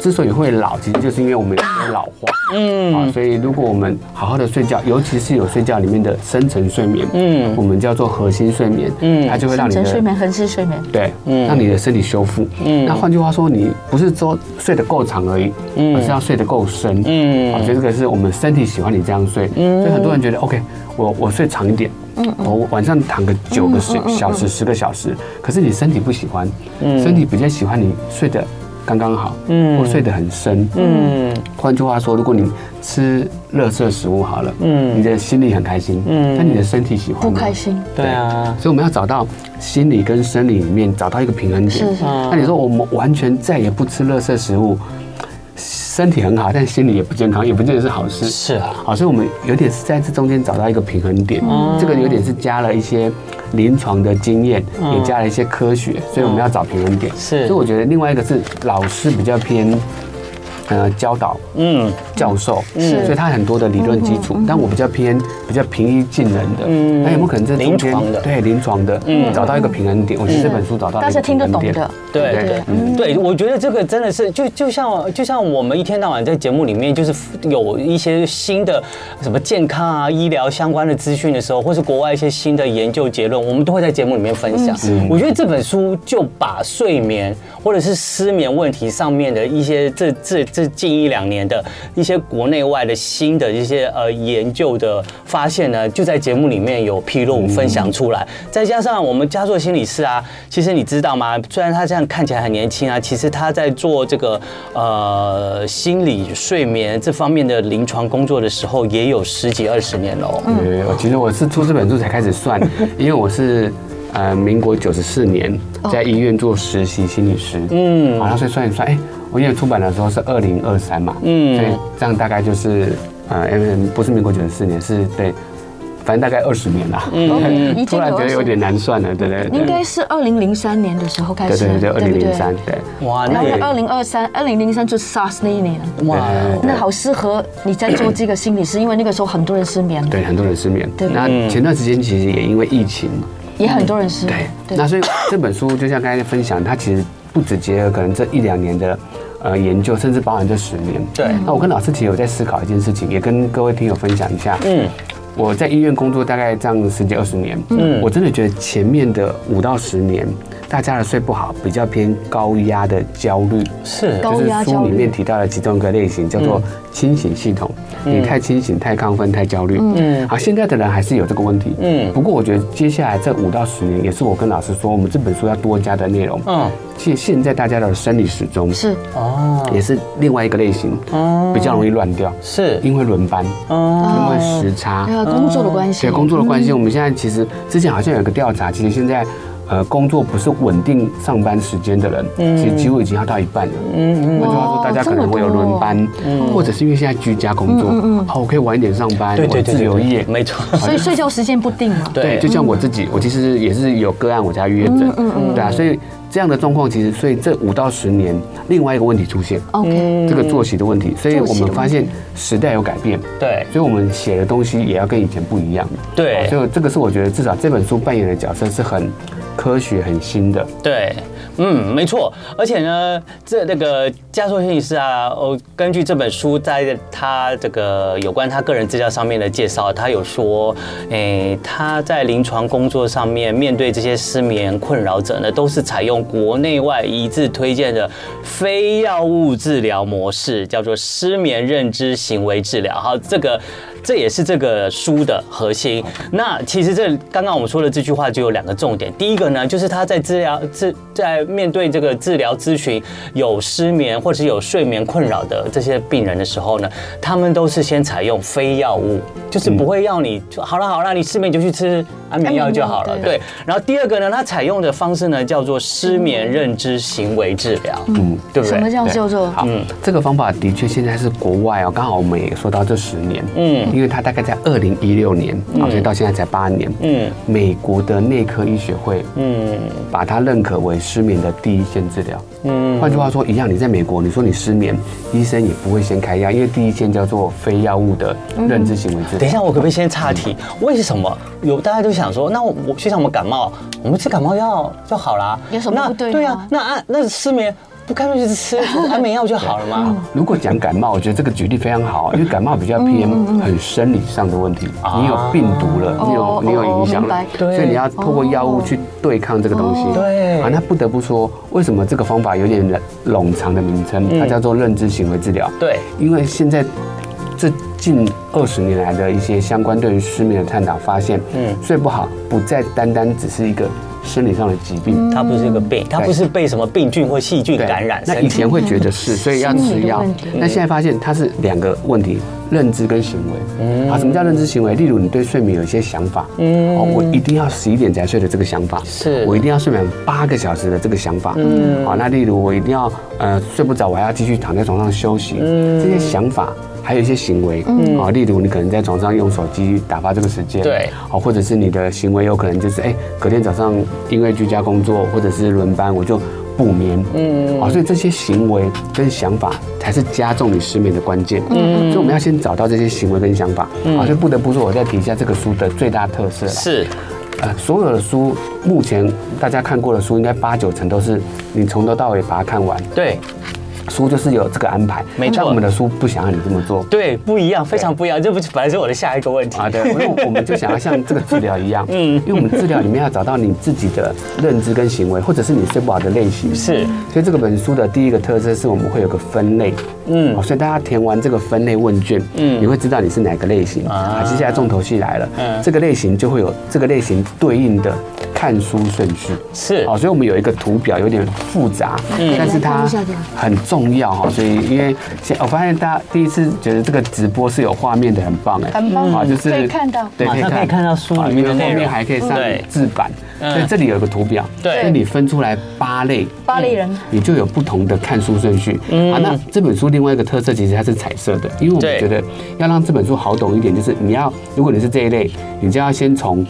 [SPEAKER 3] 之所以会老，其实就是因为我们有些老化，嗯，啊，所以如果我们好好的睡觉，尤其是有睡觉里面的深层睡眠，
[SPEAKER 2] 嗯
[SPEAKER 3] 嗯，我们叫做核心睡眠，
[SPEAKER 2] 嗯
[SPEAKER 3] 嗯，它就会让你
[SPEAKER 4] 晨睡
[SPEAKER 3] 的
[SPEAKER 4] 眠、恒睡睡眠，
[SPEAKER 3] 对，让你的身体修复。
[SPEAKER 2] 嗯
[SPEAKER 3] 那换句话说，你不是说睡得够长而已，
[SPEAKER 2] 嗯
[SPEAKER 3] 而是要睡得够深。
[SPEAKER 2] 嗯
[SPEAKER 3] 嗯，我嗯觉得这个是我们身体喜欢你这样睡，所以很多人觉得 OK，我我睡长一点，我晚上躺个九个时小时、十个小时，可是你身体不喜欢，身体比较喜欢你睡得刚刚好，
[SPEAKER 2] 嗯
[SPEAKER 3] 嗯，或睡得很深，嗯。
[SPEAKER 2] 嗯，
[SPEAKER 3] 换句话说，如果你吃垃圾食物好了，
[SPEAKER 2] 嗯
[SPEAKER 3] 嗯，你的心里很开心，
[SPEAKER 2] 嗯
[SPEAKER 3] 嗯，但你的身体喜欢
[SPEAKER 4] 不
[SPEAKER 3] 吗
[SPEAKER 4] 开心。
[SPEAKER 2] 对啊，
[SPEAKER 3] 所以我们要找到心理跟生理里面找到一个平衡点
[SPEAKER 4] 是是。
[SPEAKER 3] 那你说我们完全再也不吃垃圾食物，身体很好，但心理也不健康，也不见得是好事。
[SPEAKER 2] 是啊，
[SPEAKER 3] 好，所以我们有点是在这中间找到一个平衡点，这个有点是加了一些临床的经验，也加了一些科学，所以我们要找平衡点。
[SPEAKER 2] 是
[SPEAKER 3] 所以我觉得另外一个是老师比较偏，呃，教导
[SPEAKER 2] 嗯，
[SPEAKER 3] 教授，所以他很多的理论基础，但我比较偏比较平易近人的，
[SPEAKER 2] 嗯
[SPEAKER 3] 那有没有可能在中
[SPEAKER 2] 临
[SPEAKER 3] 间
[SPEAKER 2] 床的
[SPEAKER 3] 对临床的，找到一个平衡点？我觉得这本书找到了
[SPEAKER 4] 大
[SPEAKER 3] 一
[SPEAKER 4] 家
[SPEAKER 3] 个
[SPEAKER 4] 听得
[SPEAKER 3] 平
[SPEAKER 4] 懂
[SPEAKER 3] 衡点
[SPEAKER 4] 的，
[SPEAKER 2] 对
[SPEAKER 3] 对嗯
[SPEAKER 2] 对嗯
[SPEAKER 3] 对
[SPEAKER 2] 对，我觉得这个真的是就就像就像我们一天到晚在节目里面，就是有一些新的什么健康啊、医疗相关的资讯的时候，或是国外一些新的研究结论，我们都会在节目里面分享。我觉得这本书就把睡眠或者是失眠问题上面的一些这这这是近一两年的 一些国内外的新的一些呃研究的发现呢，就在节目里面有披露分享出来。再加上我们家做心理师啊，其实你知道吗？虽然他这样看起来很年轻啊，其实他在做这个呃心理睡眠这方面的临床工作的时候，也有十几二十年了哦。
[SPEAKER 3] 对，我其实我是出这本书才开始算，因为我是呃民国九十四年在医院做实习心理师，嗯，然后所以算一算，哎，我因为出版的时候是二零二三嘛，嗯，所以这样大概就是呃，嗯不是民国九十四年，是对，反正大概二十年啦，
[SPEAKER 1] 嗯
[SPEAKER 4] 已经有
[SPEAKER 3] 嗯突然觉得有点难算了，对对对，
[SPEAKER 4] 应该是二零零三年的时候开
[SPEAKER 3] 对
[SPEAKER 4] 始，
[SPEAKER 3] 对对，
[SPEAKER 4] 对
[SPEAKER 3] 二
[SPEAKER 4] 不
[SPEAKER 3] 零零
[SPEAKER 4] 对？
[SPEAKER 3] 三，对，
[SPEAKER 2] 哇，
[SPEAKER 4] 然
[SPEAKER 2] 那
[SPEAKER 3] 哎
[SPEAKER 4] 后
[SPEAKER 2] 也
[SPEAKER 3] 哦
[SPEAKER 4] 二零二三、二零零三就是 SARS 那一年，
[SPEAKER 2] 哇，
[SPEAKER 4] 那好适合你在做这个心理师，因为那个时候很多人失眠，
[SPEAKER 3] 对，很多人失眠
[SPEAKER 4] 对，
[SPEAKER 3] 那
[SPEAKER 2] 嗯
[SPEAKER 3] 前段时间其实也因为疫情。
[SPEAKER 4] 也很多人失眠。
[SPEAKER 3] 对，那所以这本书就像刚才分享，它其实不止结合可能这一两年的呃研究，甚至包含这十年。
[SPEAKER 2] 对
[SPEAKER 3] 那我跟老师其实有在思考一件事情，也跟各位听友分享一下。
[SPEAKER 2] 嗯，
[SPEAKER 3] 我在医院工作大概这样十几二十年，嗯，我真的觉得前面的五到十年，大家的睡不好比较偏高压的焦虑。
[SPEAKER 2] 是
[SPEAKER 4] 高压
[SPEAKER 3] 呃就是
[SPEAKER 4] 焦
[SPEAKER 3] 书里
[SPEAKER 4] 虑嗯
[SPEAKER 3] 面提到的其中一个类型叫做清醒系统，你太清醒、太亢奋、太焦虑。嗯，好，现在的人还是有这个问题。
[SPEAKER 2] 嗯
[SPEAKER 3] 嗯，不过我觉得接下来这五到十年，也是我跟老师说，我们这本书要多加的内容。
[SPEAKER 2] 嗯
[SPEAKER 3] 嗯，现现在大家的生理时钟
[SPEAKER 4] 是哦
[SPEAKER 2] 哦，
[SPEAKER 3] 也是另外一个类型，比较容易乱掉，
[SPEAKER 2] 是
[SPEAKER 3] 因为轮班，因为时差，
[SPEAKER 4] 呃工作的关系，
[SPEAKER 3] 嗯对工作的关
[SPEAKER 4] 嗯
[SPEAKER 3] 系，我们现在其实之前好像有一个调查，其实现在。呃，工作不是稳定上班时间的人，其
[SPEAKER 4] 嗯
[SPEAKER 3] 实几乎已经要到一半了。嗯嗯，换句话说，大
[SPEAKER 4] 哦
[SPEAKER 3] 家可能会有轮班，或者是因为现在居家工作，
[SPEAKER 4] 嗯
[SPEAKER 3] 哦，我可以晚一点上班，
[SPEAKER 2] 对对
[SPEAKER 3] 我
[SPEAKER 2] 对
[SPEAKER 3] 自
[SPEAKER 2] 对
[SPEAKER 3] 由
[SPEAKER 2] 对
[SPEAKER 3] 业。
[SPEAKER 2] 没错，
[SPEAKER 4] 所以睡觉时间不定嘛。
[SPEAKER 2] 对
[SPEAKER 3] 对，就像我自己，我其实也是有个案，我才约
[SPEAKER 4] 嗯
[SPEAKER 3] 诊，对啊，所以这样的状况，其实所以这五到十年，另外一个问题出现，
[SPEAKER 4] OK，
[SPEAKER 3] 这个作息的问题，所以我
[SPEAKER 4] 哦嗯作息的问
[SPEAKER 3] 们发现时代有改变，
[SPEAKER 2] 对
[SPEAKER 3] 所以我们写的东西也要跟以前不一样。
[SPEAKER 2] 对
[SPEAKER 3] 哦所以这个是我觉得至少这本书扮演的角色是很科学、很新的。
[SPEAKER 2] 对，嗯，没错。而且呢，这那个加索心理师啊，哦，根据这本书在他这个有关他个人资料上面的介绍，他有说，诶、他在临床工作上面面对这些失眠困扰者呢，都是采用国内外一致推荐的非药物治疗模式，叫做失眠认知行为治疗。好，这个。这也是这个书的核心。那其实这刚刚我们说的这句话就有两个重点，第一个呢，就是他在治疗治在面对这个治疗咨询有失眠或者有睡眠困扰的这些病人的时候呢，他们都是先采用非药物，就是不会要你就好了好了，你失眠就去吃啊安眠药就好了
[SPEAKER 4] 安，眠
[SPEAKER 2] 对。然后第二个呢，他采用的方式呢叫做失眠认知行为治疗，嗯，对不
[SPEAKER 4] 什么
[SPEAKER 2] 对？
[SPEAKER 4] 叫叫做
[SPEAKER 3] 好，
[SPEAKER 2] 嗯
[SPEAKER 3] 这个方法的确现在是国外哦，刚好我们也说到这十年，
[SPEAKER 2] 嗯
[SPEAKER 3] 嗯，因为它大概在二零一六年，好像到现在才八年，
[SPEAKER 2] 嗯
[SPEAKER 3] 嗯，美国的内科医学会
[SPEAKER 2] 嗯
[SPEAKER 3] 把它认可为失眠的第一线治疗。
[SPEAKER 2] 嗯，
[SPEAKER 3] 换句话说，一样，你在美国，你说你失眠，医生也不会先开药，因为第一线叫做非药物的认知行为治疗。
[SPEAKER 2] 等一下，我可不可以先岔题？
[SPEAKER 3] 嗯
[SPEAKER 2] 为什么有大家都想说，那我我就像我们感冒，我们吃感冒药就好啦，
[SPEAKER 4] 有什么
[SPEAKER 2] 那
[SPEAKER 4] 不对吗
[SPEAKER 2] 对啊，那安那失眠不干脆 就吃安眠药就好了嘛？
[SPEAKER 3] 如果讲感冒，我觉得这个举例非常好，因为感冒比较
[SPEAKER 4] 嗯
[SPEAKER 3] 偏很生理上的问题，
[SPEAKER 2] 啊
[SPEAKER 3] 你有病毒了，你
[SPEAKER 4] 哦
[SPEAKER 3] 有你有影响
[SPEAKER 4] 明白哦
[SPEAKER 3] 了，
[SPEAKER 2] 对
[SPEAKER 3] 所以你要透过药物去对抗这个东西。
[SPEAKER 2] 对
[SPEAKER 3] 啊，那不得不说，为什么这个方法有点冗长的名称，
[SPEAKER 4] 嗯
[SPEAKER 3] 它叫做认知行为治疗？
[SPEAKER 2] 对，
[SPEAKER 3] 因为现在这近二十年来的一些相关对于失眠的探讨，发现，
[SPEAKER 2] 嗯
[SPEAKER 3] 嗯，睡不好不再单单只是一个生理上的疾
[SPEAKER 4] 嗯
[SPEAKER 3] 病，
[SPEAKER 2] 它不是一个病，它不是被什么病菌或细菌
[SPEAKER 3] 对
[SPEAKER 2] 感染
[SPEAKER 3] 那
[SPEAKER 2] 身
[SPEAKER 3] 以
[SPEAKER 2] 体。
[SPEAKER 3] 前会觉得是，所以要
[SPEAKER 4] 心
[SPEAKER 3] 吃
[SPEAKER 4] 理的
[SPEAKER 3] 药
[SPEAKER 4] 问题。
[SPEAKER 3] 那现在发现它是两个问题，认知跟行为。
[SPEAKER 2] 嗯
[SPEAKER 3] 啊好，什么叫认知行为？例如你对睡眠有一些想法，哦，我一定要十一点才睡的这个想法，
[SPEAKER 2] 是嗯
[SPEAKER 3] 我一定要睡满八个小时的这个想法。好，那例如我一定要呃睡不着，我还要继续躺在床上休息。
[SPEAKER 2] 嗯
[SPEAKER 3] 这些想法。还有一些行为，啊，例如你可能在床上用手机打发这个时间，
[SPEAKER 2] 对
[SPEAKER 3] 好，哦或者是你的行为有可能就是，哎、隔天早上因为居家工作或者是轮班，我就不眠，嗯，好，所以这些行为跟想法才是加重你失眠的关键，嗯，所以我们要先找到这些行为跟想法，好，所以不得不说，我再提一下这个书的最大特色啦，
[SPEAKER 2] 嗯是，
[SPEAKER 3] 呃，所有的书目前大家看过的书，应该八九成都是你从头到尾把它看完，
[SPEAKER 2] 对，
[SPEAKER 3] 书就是有这个安排，
[SPEAKER 2] 没错
[SPEAKER 3] 但我们的书不想让你这么做。
[SPEAKER 2] 对，不一样，非常不一样。这不是本来是我的下一个问题
[SPEAKER 3] 啊，对，因为我们就想要像这个治疗一样，嗯，因为我们治疗里面要找到你自己的认知跟行为，或者是你睡不好的类 型，
[SPEAKER 2] 是，
[SPEAKER 3] 所以这个本书的第一个特色是我们会有个分类，
[SPEAKER 2] 嗯
[SPEAKER 3] 嗯，所以大家填完这个分类问卷，
[SPEAKER 2] 嗯
[SPEAKER 3] 嗯，你会知道你是哪个类型
[SPEAKER 2] 啊
[SPEAKER 3] 啊。接下来重头戏来了，
[SPEAKER 2] 嗯
[SPEAKER 3] 这个类型就会有这个类型对应的看书顺序，哦
[SPEAKER 2] 是嗯
[SPEAKER 3] 好，所以我们有一个图表有点复杂，但是
[SPEAKER 4] 来看
[SPEAKER 3] 它
[SPEAKER 4] 一下这样
[SPEAKER 3] 很重要哈。所以因为现我发现大家第一次觉得这个直播是有画面的，很棒哎，
[SPEAKER 1] 很棒
[SPEAKER 3] 啊就是
[SPEAKER 1] 可以看到
[SPEAKER 3] 对，
[SPEAKER 2] 马上可以看到书
[SPEAKER 3] 啊
[SPEAKER 2] 里面的
[SPEAKER 3] 因为
[SPEAKER 2] 内
[SPEAKER 3] 后
[SPEAKER 2] 容
[SPEAKER 3] 面还可以上
[SPEAKER 2] 对
[SPEAKER 3] 字版，
[SPEAKER 2] 嗯
[SPEAKER 3] 所以这里有一个图表，
[SPEAKER 2] 对
[SPEAKER 3] 所以你分出来八类。嗯
[SPEAKER 1] 巴黎人
[SPEAKER 3] 你就有不同的看书顺序。啊，那这本书另外一个特色其实它是彩色的，因为我
[SPEAKER 2] 对
[SPEAKER 3] 们觉得要让这本书好懂一点，就是你要，如果你是这一类，你就要先从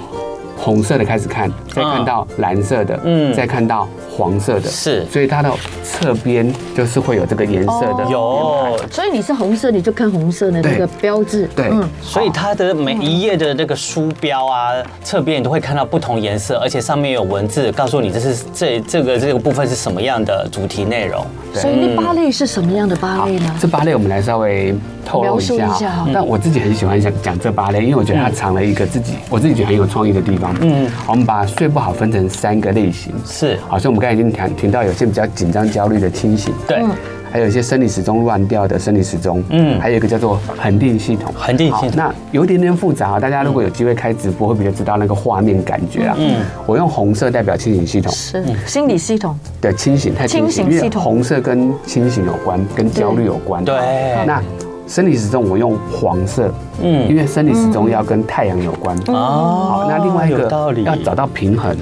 [SPEAKER 3] 红色的开始看，再看到蓝色的，
[SPEAKER 2] 嗯
[SPEAKER 3] 嗯，再看到黄色的，
[SPEAKER 2] 是
[SPEAKER 3] 所以它的侧边就是会有这个颜色
[SPEAKER 2] 哦
[SPEAKER 3] 的，
[SPEAKER 2] 有，
[SPEAKER 4] 所以你是红色，你就看红色的那
[SPEAKER 3] 对
[SPEAKER 4] 个标志。嗯
[SPEAKER 3] 对，
[SPEAKER 1] 嗯
[SPEAKER 2] 所以它的每一页的那个书标啊，侧边你都会看到不同颜色，而且上面有文字告诉你这是这这个这个部分是什么样的主题内容。
[SPEAKER 3] 对嗯
[SPEAKER 4] 所以那八类是什么样的八
[SPEAKER 3] 好
[SPEAKER 4] 类呢，？
[SPEAKER 3] 这八类我们来稍微透露一下
[SPEAKER 4] 描述一下
[SPEAKER 3] 哈
[SPEAKER 4] 哈。
[SPEAKER 3] 但我自己很喜欢讲讲这八类，因为我觉得它藏了一个自己，我自己觉得很有创意的地方。嗯，我们把睡不好分成三个类型，
[SPEAKER 2] 是，
[SPEAKER 3] 好，所以我们刚才已经谈听到有些比较紧张、焦虑的清醒，
[SPEAKER 2] 对，
[SPEAKER 3] 还有一些生理时钟乱掉的生理时钟，
[SPEAKER 2] 嗯
[SPEAKER 3] 嗯，还有一个叫做恒定系统。
[SPEAKER 2] 恒定
[SPEAKER 3] 好
[SPEAKER 2] 性，
[SPEAKER 3] 那有一点点复杂，大家如果有机会开直播，会比较知道那个画面感觉啊。嗯，我用红色代表清醒系统
[SPEAKER 1] 是心理系统，
[SPEAKER 3] 的清醒，太清
[SPEAKER 1] 清
[SPEAKER 3] 醒，
[SPEAKER 1] 醒
[SPEAKER 3] 因
[SPEAKER 1] 系
[SPEAKER 3] 为
[SPEAKER 1] 统
[SPEAKER 3] 红色跟清醒有关，跟焦虑有关。
[SPEAKER 2] 对对
[SPEAKER 3] 那生理时钟我用黄色，嗯，因为生理时钟要跟太阳有关。
[SPEAKER 2] 哦
[SPEAKER 3] 好，那另外一
[SPEAKER 2] 有道
[SPEAKER 3] 个
[SPEAKER 2] 理
[SPEAKER 3] 要找到平衡。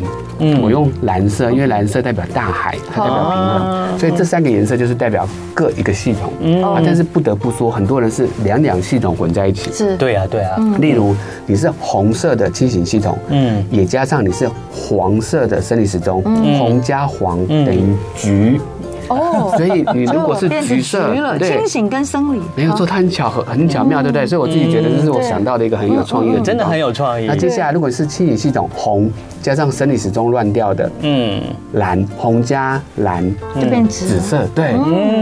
[SPEAKER 3] 嗯，我用蓝色，因为蓝色代表大海，它代表平衡，所以这三个颜色就是代表各一个系统。啊，但是不得不说，很多人是两两系统混在一起。
[SPEAKER 4] 是
[SPEAKER 2] 对呀、对呀、
[SPEAKER 1] 嗯
[SPEAKER 3] 例如你是红色的清醒系统，
[SPEAKER 2] 嗯
[SPEAKER 3] 嗯，也加上你是黄色的生理时钟，
[SPEAKER 1] 嗯
[SPEAKER 3] 红加黄等于橘。
[SPEAKER 1] 哦
[SPEAKER 3] 所以你 如果是
[SPEAKER 1] 嗯 变成
[SPEAKER 3] 橘色
[SPEAKER 1] 橘，了，嗯清醒跟生理
[SPEAKER 3] 没有错，它很巧合，很巧妙，对不对？所以我自己觉得这是我想到的一个很有创意
[SPEAKER 1] 嗯
[SPEAKER 3] 的，
[SPEAKER 2] 真的很有。创意
[SPEAKER 3] 那。接下来如果是清理系统红加上生理时钟乱掉的
[SPEAKER 2] 嗯，
[SPEAKER 3] 蓝，红加蓝
[SPEAKER 4] 哦就变紫
[SPEAKER 3] 紫色，对。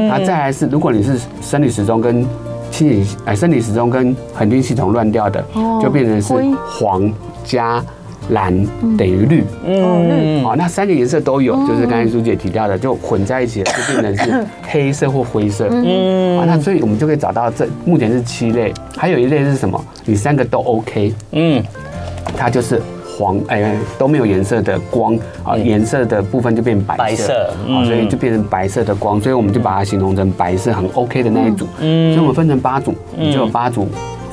[SPEAKER 3] 那再来是如果你是生理时钟跟清理哎生理时钟跟恒定系统乱掉的，就变成
[SPEAKER 4] 灰
[SPEAKER 3] 是黄加蓝等于绿。
[SPEAKER 2] 嗯，
[SPEAKER 3] 哦，那三个颜色都有，就是刚才朱姐提到的，就混在一起了，就变成是黑色或灰色。嗯，啊，那所以我们就可以找到这目前是七类，还有一类是什么？你三个都 OK，
[SPEAKER 2] 嗯，
[SPEAKER 3] 它就是黄，哎、都没有颜色的光啊，颜色的部分就变白
[SPEAKER 2] 嗯
[SPEAKER 3] 色，
[SPEAKER 2] 白色
[SPEAKER 3] 啊，
[SPEAKER 2] 嗯
[SPEAKER 3] 所以就变成白色的光，所以我们就把它形容成白色很 OK 的那一组。
[SPEAKER 2] 嗯
[SPEAKER 3] 嗯，所以我们分成八组，你就有八组。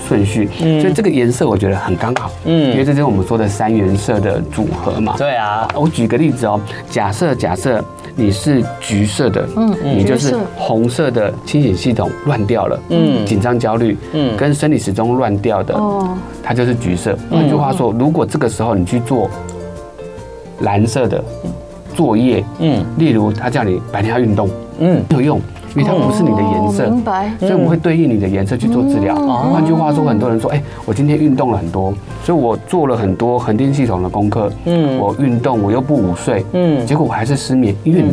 [SPEAKER 3] 顺序，所以这个颜色我觉得很刚好，
[SPEAKER 2] 嗯
[SPEAKER 3] 嗯，因为这就是我们说的三原色的组合嘛，
[SPEAKER 2] 对啊，
[SPEAKER 3] 我举个例子哦，假设假设你是橘色的，嗯，你就是红色的清醒系统乱掉了，嗯，紧张焦虑，
[SPEAKER 2] 嗯
[SPEAKER 3] 嗯，跟生理时钟乱掉的，哦，它就是橘色。换句话说，如果这个时候你去做蓝色的作业，
[SPEAKER 2] 嗯
[SPEAKER 3] 例如他叫你白天要运动，
[SPEAKER 2] 嗯，
[SPEAKER 3] 没有用，因为它不是你的颜色，
[SPEAKER 1] 哦明白
[SPEAKER 3] 所以我们会对应你的颜色去做治疗。换句话说，很多人说，哎，我今天运动了很多，所以我做了很多恒定系统的功课，
[SPEAKER 2] 嗯
[SPEAKER 3] 嗯，我运动，我又不午睡，
[SPEAKER 2] 嗯
[SPEAKER 3] 嗯，结果我还是失眠，因为你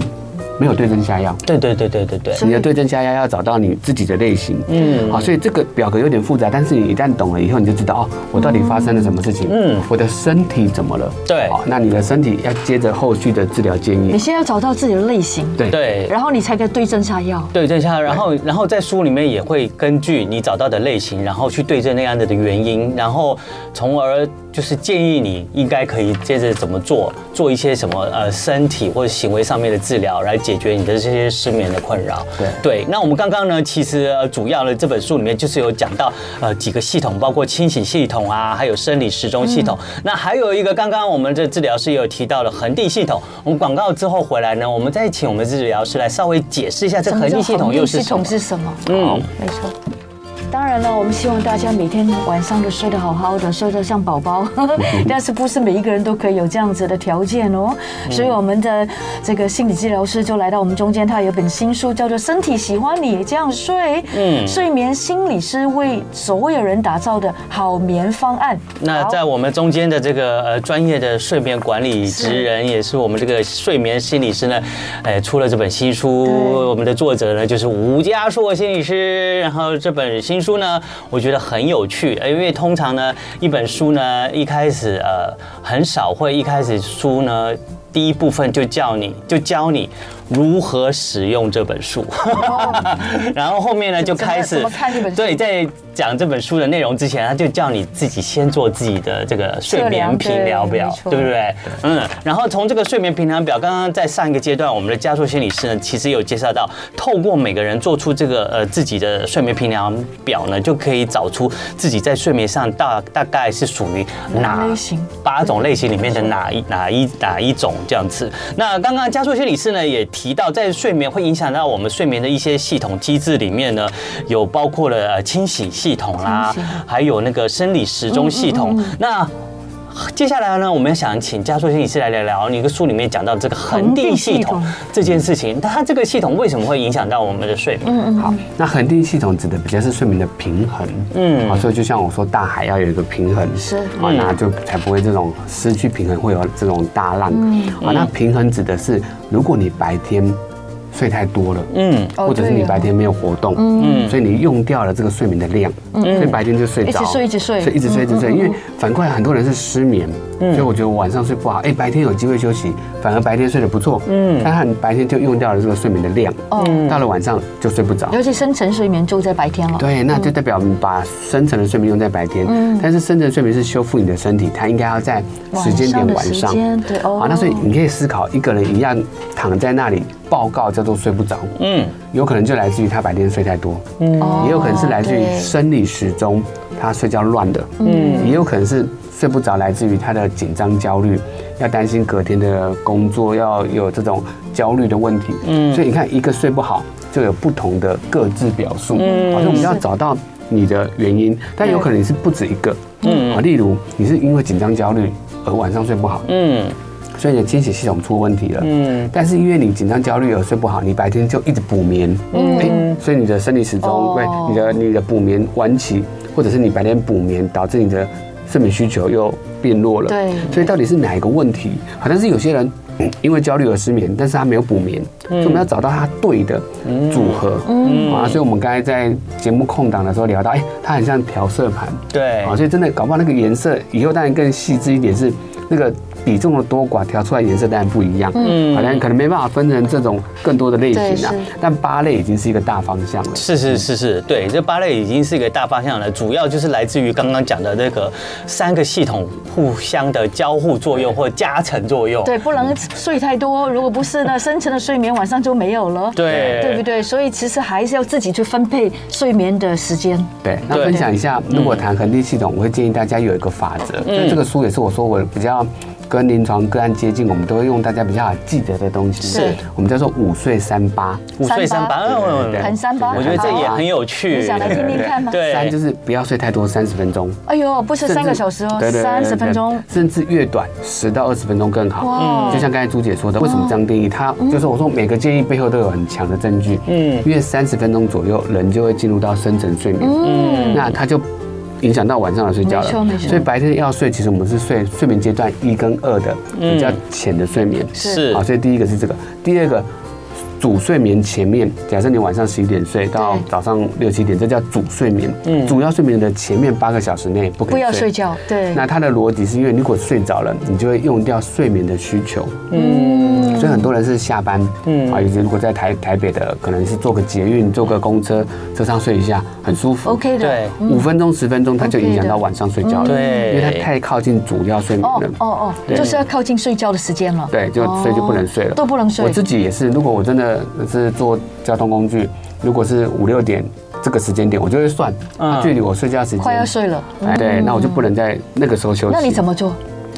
[SPEAKER 3] 没有对症下药。
[SPEAKER 2] 对对对对对对，
[SPEAKER 3] 你的对症下药要找到你自己的类型，
[SPEAKER 2] 嗯
[SPEAKER 3] 嗯，好，所以这个表格有点复杂，但是你一旦懂了以后，你就知道哦，我到底发生了什么事情，
[SPEAKER 2] 嗯
[SPEAKER 3] 嗯，我的身体怎么了？
[SPEAKER 2] 对
[SPEAKER 3] 好，那你的身体要接着后续的治疗建
[SPEAKER 4] 你
[SPEAKER 3] 议，
[SPEAKER 4] 先要找到自己的类型，
[SPEAKER 3] 对
[SPEAKER 2] 对。
[SPEAKER 4] 然后你才可以对症下药。
[SPEAKER 2] 对症下药，然后然后在书里面也会根据你找到的类型，然后去对症那样的的原因，然后从而就是建议你应该可以接着怎么做，做一些什么呃身体或者行为上面的治疗，来解决你的这些失眠的困扰。
[SPEAKER 3] 对
[SPEAKER 2] 对，那我们刚刚呢，其实呃主要的这本书里面就是有讲到呃几个系统，包括清醒系统啊，还有生理时钟系统，那还有一个刚刚我们的治疗师也有提到了恒定系统。我们广告之后回来呢，我们再请我们治疗师来稍微解释一下
[SPEAKER 4] 什
[SPEAKER 2] 这个
[SPEAKER 4] 么
[SPEAKER 2] 恒
[SPEAKER 4] 叫
[SPEAKER 2] 定系统又是
[SPEAKER 4] 恒定系
[SPEAKER 2] 什么
[SPEAKER 4] 统。是什么？
[SPEAKER 2] 嗯，
[SPEAKER 1] 没错。当然了，我们希望大家每天晚上都睡得好好的，睡得像宝 宝。但是不是每一个人都可以有这样子的条件哦。
[SPEAKER 2] 嗯
[SPEAKER 1] 所以我们的这个心理治疗师就来到我们中间，他有本新书叫做《身体喜欢你这样睡》，嗯，睡眠心理师为所有人打造的好眠方案。
[SPEAKER 2] 那
[SPEAKER 1] 好
[SPEAKER 2] 在我们中间的这个呃专业的睡眠管理职人，也是我们这个睡眠心理师呢，哎出了这本新书，
[SPEAKER 1] 对
[SPEAKER 2] 我们的作者呢就是吴家硕心理师。然后这本新书呢，我觉得很有趣，呃因为通常呢一本书呢一开始呃很少会一开始书呢。第一部分就叫你就教你如何使用这本书， 然后后面呢就
[SPEAKER 1] 怎么
[SPEAKER 2] 开始
[SPEAKER 1] 怎么看这本书
[SPEAKER 2] 对，在讲这本书的内容之前，他就叫你自己先做自己的这个睡眠评量表，
[SPEAKER 1] 测量对
[SPEAKER 2] 对不
[SPEAKER 1] 没
[SPEAKER 2] 对？嗯，然后从这个睡眠评量表，刚刚在上一个阶段，我们的加速心理师呢，其实有介绍到，透过每个人做出这个呃自己的睡眠评量表呢，就可以找出自己在睡眠上大大概是属于哪
[SPEAKER 1] 哪类型
[SPEAKER 2] 八种类型里面的哪一哪一哪一种这样子。那刚刚加速心理师呢也提到，在睡眠会影响到我们睡眠的一些系统机制里面呢，有包括了呃清洗系统啦
[SPEAKER 1] 清洗，嗯
[SPEAKER 2] 还有那个生理时钟系统。那接下来呢，我们想请加速心理师来聊聊你的书里面讲到这个恒定系
[SPEAKER 1] 恒
[SPEAKER 2] 统
[SPEAKER 1] 定系
[SPEAKER 2] 这件事情，那它这个系统为什么会影响到我们的睡
[SPEAKER 1] 嗯
[SPEAKER 2] 眠？
[SPEAKER 3] 好，那恒定系统指的比较是睡眠的平衡，
[SPEAKER 2] 嗯
[SPEAKER 3] 嗯，好，所以就像我说，大海要有一个平衡，
[SPEAKER 1] 是
[SPEAKER 3] 啊，那就才不会这种失去平衡，会有这种大浪，
[SPEAKER 1] 嗯
[SPEAKER 3] 啊，那平衡指的是如果你白天睡太多了，
[SPEAKER 2] 嗯
[SPEAKER 1] 哦
[SPEAKER 3] 或者是
[SPEAKER 1] 对
[SPEAKER 3] 你
[SPEAKER 1] 哦
[SPEAKER 3] 白天没有活动，嗯，所以你用掉了这个睡眠的量，
[SPEAKER 1] 嗯
[SPEAKER 3] 所以白天就睡着，
[SPEAKER 1] 一直睡一直睡
[SPEAKER 3] 所以一直睡一直睡，因为反过来很多人是失眠，所以我觉得晚上睡不好，哎，白天有机会休息，反而白天睡得不错，嗯，但他白天就用掉了这个睡眠的量，
[SPEAKER 1] 哦嗯
[SPEAKER 3] 到了晚上就睡不着，
[SPEAKER 1] 尤其深层睡眠就在白天了。
[SPEAKER 3] 对，那就代表我们把深层的睡眠用在白天，但是深层睡眠是修复你的身体，它应该要在时间点晚
[SPEAKER 1] 晚
[SPEAKER 3] 上。
[SPEAKER 1] 上的时间对哦
[SPEAKER 3] 好，那所以你可以思考，一个人一样躺在那里报告叫做睡不着，
[SPEAKER 2] 嗯，
[SPEAKER 3] 有可能就来自于他白天睡太多，
[SPEAKER 1] 哦
[SPEAKER 3] 也有可能是来自于
[SPEAKER 1] 对
[SPEAKER 3] 生理时钟，他睡觉乱的，嗯，也有可能是睡不着，来自于他的紧张焦虑，要担心隔天的工作，要有这种焦虑的问题，嗯，所以你看一个睡不好就有不同的各自表述，嗯，好像我们要找到你的原因，但有可能你是不止一个，嗯，啊，例如你是因为紧张焦虑而晚上睡不好，
[SPEAKER 2] 嗯
[SPEAKER 3] 所以你的清洗系统出问题了。
[SPEAKER 2] 嗯
[SPEAKER 3] 但是因为你紧张焦虑而睡不好，你白天就一直补眠，嗯，所以你的生理时
[SPEAKER 1] 哦
[SPEAKER 3] 钟对你的你的补眠晚起，或者是你白天补眠导致你的睡眠需求又变弱了，
[SPEAKER 1] 对
[SPEAKER 3] 所以到底是哪一个问题？好像是有些人 嗯因为焦虑而失眠，但是他没有补眠，
[SPEAKER 1] 嗯
[SPEAKER 3] 所以我们要找到他对的组合，嗯啊，所以我们刚才在节目空档的时候聊到，哎，它很像调色盘，
[SPEAKER 2] 对
[SPEAKER 3] 啊，所以真的搞不好那个颜色以后当然更细致一点，是那个比重的多寡调出来颜色当然不一样，嗯，好像可能没办法分成这种更多的类型啊
[SPEAKER 1] 对是，
[SPEAKER 3] 但八类已经是一个大方向了。
[SPEAKER 2] 是是是是，对，这八类已经是一个大方向了，主要就是来自于刚刚讲的那个三个系统互相的交互作用或加成作用。
[SPEAKER 1] 对，不能睡太多，如果不是呢，深层的睡眠晚上就没有了。
[SPEAKER 2] 对
[SPEAKER 1] 对不对？所以其实还是要自己去分配睡眠的时间。
[SPEAKER 3] 对，那
[SPEAKER 2] 对嗯
[SPEAKER 3] 分享一下，如果谈恒定系统，我会建议大家有一个法则，所以这个书也是我说我比较跟临床个案接近，我们都会用大家比较好记得的东西，
[SPEAKER 1] 是
[SPEAKER 3] 我们叫做午睡三八，
[SPEAKER 2] 五岁
[SPEAKER 1] 三
[SPEAKER 2] 三
[SPEAKER 1] 八
[SPEAKER 2] 八，嗯
[SPEAKER 3] 对
[SPEAKER 1] 谈三八，
[SPEAKER 2] 我觉得这也很有趣。
[SPEAKER 1] 你想来听听看吗？
[SPEAKER 2] 对，
[SPEAKER 3] 三就是不要睡太多，三十分钟。
[SPEAKER 1] 哎呦，不是
[SPEAKER 3] 甚至
[SPEAKER 1] 三个小时哦
[SPEAKER 3] 对，对对
[SPEAKER 1] 三十
[SPEAKER 3] 对
[SPEAKER 1] 分钟。
[SPEAKER 3] 甚至越短，十到二十分钟更好。
[SPEAKER 1] 哇嗯
[SPEAKER 3] 就像刚才朱姐说的，为什么这样定义？她就是我说每个建议背后都有很强的证据。
[SPEAKER 2] 嗯
[SPEAKER 3] 嗯，约三十分钟左右，人就会进入到深层睡眠。嗯，那它就。影响到晚上的睡觉
[SPEAKER 1] 没错
[SPEAKER 3] 了
[SPEAKER 1] 没，错
[SPEAKER 3] 所以白天要睡，其实我们是睡睡眠阶段一跟二的比较浅的睡眠。
[SPEAKER 2] 是
[SPEAKER 3] 好，所以第一个是这个，第二个主睡眠前面，假设你晚上十一点睡到
[SPEAKER 1] 对
[SPEAKER 3] 早上六七点，这叫主睡眠。嗯，主要睡眠的前面八个小时内不可以
[SPEAKER 1] 不要睡觉，对，
[SPEAKER 3] 那它的逻辑是因为你如果睡着了，你就会用掉睡眠的需求。嗯，所以很多人是下班，嗯啊，以及如果在台台北的，可能是坐个捷运、坐个公车，车上睡一下很舒服。
[SPEAKER 1] OK 嗯
[SPEAKER 2] 对
[SPEAKER 1] 的。
[SPEAKER 3] 五分钟、十分钟，它就影响到晚上睡觉了，
[SPEAKER 2] 嗯对
[SPEAKER 3] 因为它太靠近主要睡眠
[SPEAKER 1] 哦
[SPEAKER 3] 了。
[SPEAKER 1] 哦哦，就是要靠近睡觉的时间了。
[SPEAKER 3] 对，就
[SPEAKER 1] 哦
[SPEAKER 3] 所以就不能睡了，
[SPEAKER 1] 都不能睡
[SPEAKER 3] 我自己也是，如果我真的是坐交通工具，如果是五六点这个时间点，我就会算，啊
[SPEAKER 2] 嗯
[SPEAKER 3] 它距离我睡觉时间
[SPEAKER 1] 快要睡了。
[SPEAKER 3] 哎对，那我就不能在那个时候休息。
[SPEAKER 1] 那你怎么做？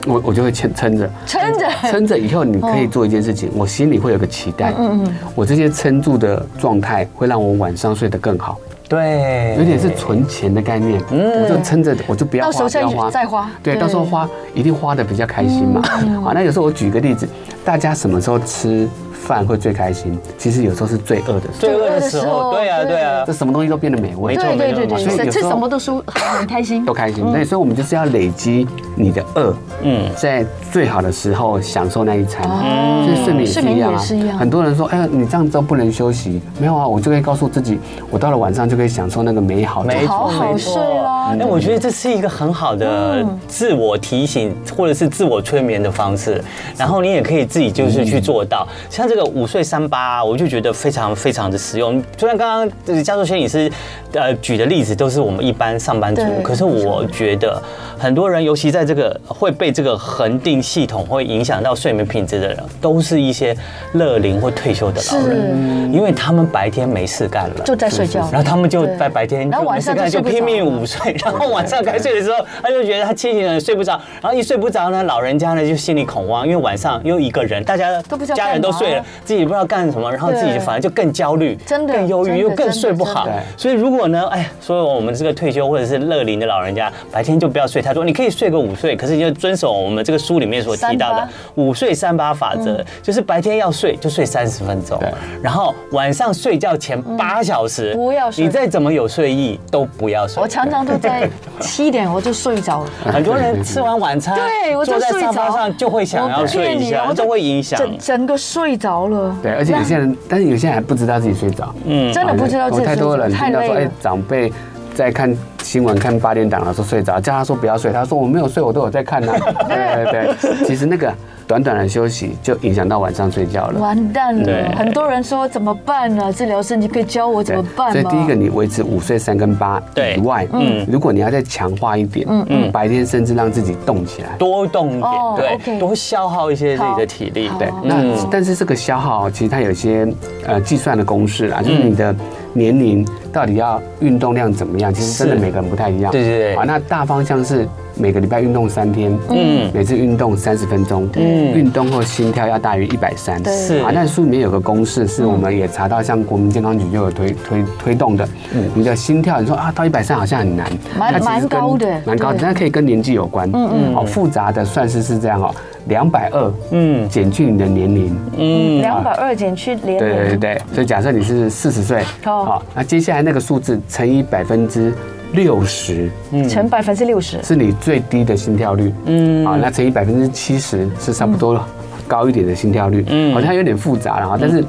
[SPEAKER 3] 我我就会撑撑着，
[SPEAKER 1] 撑着哦
[SPEAKER 3] 撑着以后你可以做一件事情，我
[SPEAKER 1] 嗯
[SPEAKER 3] 心里会有个期待，嗯嗯，我这些撑住的状态会让我晚上睡得更好，
[SPEAKER 2] 对，
[SPEAKER 3] 有点是存钱的概念，我就撑着，我就不要
[SPEAKER 1] 嗯到时候
[SPEAKER 3] 花，不
[SPEAKER 1] 再
[SPEAKER 3] 要花，
[SPEAKER 1] 再花
[SPEAKER 3] 对，
[SPEAKER 1] 对嗯
[SPEAKER 3] 到时候花一定花的比较开心嘛。好，那有时候我举个例子，大家什么时候吃饭会最开心？其实有时候是最饿的时候，
[SPEAKER 2] 罪恶的时候，对啊，对啊
[SPEAKER 3] 这，什么东西都变得美味，
[SPEAKER 2] 没错
[SPEAKER 1] 对嗯对对
[SPEAKER 2] 没
[SPEAKER 3] 错
[SPEAKER 1] 对，
[SPEAKER 3] 有
[SPEAKER 1] 吃
[SPEAKER 3] 时候
[SPEAKER 1] 什么都舒很开心
[SPEAKER 3] 都。开心。对，所以我们就是要累积你的饿，
[SPEAKER 2] 嗯，
[SPEAKER 3] 在最好的时候享受那一餐。
[SPEAKER 1] 哦
[SPEAKER 3] 所以睡眠也
[SPEAKER 1] 睡
[SPEAKER 3] 是
[SPEAKER 1] 眠
[SPEAKER 3] 一样
[SPEAKER 1] 也
[SPEAKER 3] 啊
[SPEAKER 1] 是一样
[SPEAKER 3] 很多人说，哎呀，你这样都不能休息。没有啊，我就会告诉自己，我到了晚上就可以享受那个美好的。
[SPEAKER 2] 没
[SPEAKER 1] 好
[SPEAKER 2] 错，
[SPEAKER 1] 好
[SPEAKER 2] 没
[SPEAKER 1] 睡
[SPEAKER 2] 错
[SPEAKER 1] 啦。嗯
[SPEAKER 2] 哎，我觉得这是一个很好的自我提醒或者是自我催眠的方式，然后你也可以自己
[SPEAKER 1] 嗯
[SPEAKER 2] 就是去做到。像这个午睡三八啊，我就觉得非常非常的实用。虽然刚刚呃教授心理师呃举的例子都是我们一般上班族
[SPEAKER 1] 对，
[SPEAKER 2] 可是我觉得很多人，尤其在这个会被这个恒定系统会影响到睡眠品质的人，都是一些乐龄或退休的老人，因为他们白天没事干了，
[SPEAKER 1] 就在睡觉，
[SPEAKER 2] 然后他们就
[SPEAKER 1] 对
[SPEAKER 2] 在白天，
[SPEAKER 1] 然后晚上就
[SPEAKER 2] 就
[SPEAKER 1] 睡不着
[SPEAKER 2] 拼命 午睡，然后晚上该睡的时候，他就觉得他清醒了睡不着，然后一睡不着呢，老人家呢就心里恐慌，因为晚上又一个人，大家
[SPEAKER 1] 都不知道干嘛
[SPEAKER 2] 家人都睡了，自己不知道干什么，然后自己
[SPEAKER 1] 对
[SPEAKER 2] 就反而就更焦虑，
[SPEAKER 1] 真的
[SPEAKER 2] 更忧
[SPEAKER 1] 真
[SPEAKER 2] 郁，
[SPEAKER 1] 的
[SPEAKER 2] 又更睡不好
[SPEAKER 1] 真的真的。
[SPEAKER 2] 所以如果呢，哎，所以我们这个退休或者是乐龄的老人家，白天就不要睡太多，你可以睡个午睡，可是你就遵守我们这个书里面所提到
[SPEAKER 1] 三
[SPEAKER 2] 的
[SPEAKER 1] 八嗯
[SPEAKER 2] 午睡三八法则，就是白天要睡就睡三十分钟
[SPEAKER 3] 对，
[SPEAKER 2] 然后晚上睡觉前八小时
[SPEAKER 1] 嗯不要睡
[SPEAKER 2] 你再怎么有睡意都不要睡
[SPEAKER 1] 我。常常都在七点我就睡着了。
[SPEAKER 2] 很多人吃完晚 餐，
[SPEAKER 1] 对我就
[SPEAKER 2] 坐在
[SPEAKER 1] 睡
[SPEAKER 2] 沙发
[SPEAKER 1] 着
[SPEAKER 2] 上就会想要
[SPEAKER 1] 我骗
[SPEAKER 2] 睡一
[SPEAKER 1] 你啊
[SPEAKER 2] 下，
[SPEAKER 1] 我就
[SPEAKER 2] 就会影响。
[SPEAKER 1] 整整个睡着了。
[SPEAKER 3] 对，而且有些人，但是有些人还不知道自己睡着。
[SPEAKER 1] 那真的不知道自己睡
[SPEAKER 3] 有太
[SPEAKER 1] 着
[SPEAKER 3] 多人
[SPEAKER 1] 太
[SPEAKER 3] 听到
[SPEAKER 1] 累
[SPEAKER 3] 说，哎
[SPEAKER 1] 了。，
[SPEAKER 3] 长辈在看新闻、看八点档的时候睡着，叫他说不要睡，他说我没有睡，我都有在看 呐、对对对，其实那个短短的休息就影响到晚上睡觉了。
[SPEAKER 1] 完蛋
[SPEAKER 2] 对
[SPEAKER 1] 了！很多人说怎么办呢、治疗师，你可以教我怎
[SPEAKER 3] 对
[SPEAKER 1] 么办吗？啊
[SPEAKER 3] 所以第一个，你维持午睡三跟八
[SPEAKER 2] 对
[SPEAKER 3] 以外，
[SPEAKER 2] 嗯
[SPEAKER 3] 嗯，如果你要再强化一点，嗯嗯，白天甚至让自己动起来，
[SPEAKER 2] 多动一
[SPEAKER 1] 哦
[SPEAKER 2] 点，对，
[SPEAKER 1] OK
[SPEAKER 2] 多消耗一些自己的体力，
[SPEAKER 1] 好
[SPEAKER 3] 对
[SPEAKER 1] 哦，
[SPEAKER 3] 那但是这个消耗其实它有一些呃计算的公式啦，就是你的年龄到底要运动量怎么样，其实真的
[SPEAKER 2] 是
[SPEAKER 3] 每个人不太一样。
[SPEAKER 2] 对对对
[SPEAKER 3] 啊，那大方向是每个礼拜运动三天，
[SPEAKER 2] 嗯
[SPEAKER 3] 嗯，每次运动三十分钟，
[SPEAKER 2] 嗯
[SPEAKER 3] 嗯，运动后心跳要大于一百三，
[SPEAKER 1] 对
[SPEAKER 2] 是
[SPEAKER 3] 啊，那书里面有个公式，是我们也查到，像国民健康局就有推推推动的。你的心跳，你说啊，到一百三好像很难，
[SPEAKER 1] 蛮
[SPEAKER 3] 它其实
[SPEAKER 1] 蛮
[SPEAKER 3] 跟
[SPEAKER 1] 高的
[SPEAKER 3] 蛮高的，
[SPEAKER 1] 对
[SPEAKER 3] 但可以跟年纪有关。嗯嗯，好复杂的算式是这样哦，两百二，
[SPEAKER 2] 嗯
[SPEAKER 3] 嗯，减去你的年龄，
[SPEAKER 2] 嗯，
[SPEAKER 1] 两百二减去连
[SPEAKER 3] 对对对对，所以假设你是四十岁，
[SPEAKER 1] 哦
[SPEAKER 3] 好，那接下来那个数字乘以百分之六十，
[SPEAKER 1] 乘百分之六十，
[SPEAKER 3] 是你最低的心跳率，嗯，啊，那乘以百分之七十是差不
[SPEAKER 1] 嗯
[SPEAKER 3] 多高一点的心跳率，嗯，好像有点复杂了哈，但
[SPEAKER 1] 嗯
[SPEAKER 3] 是。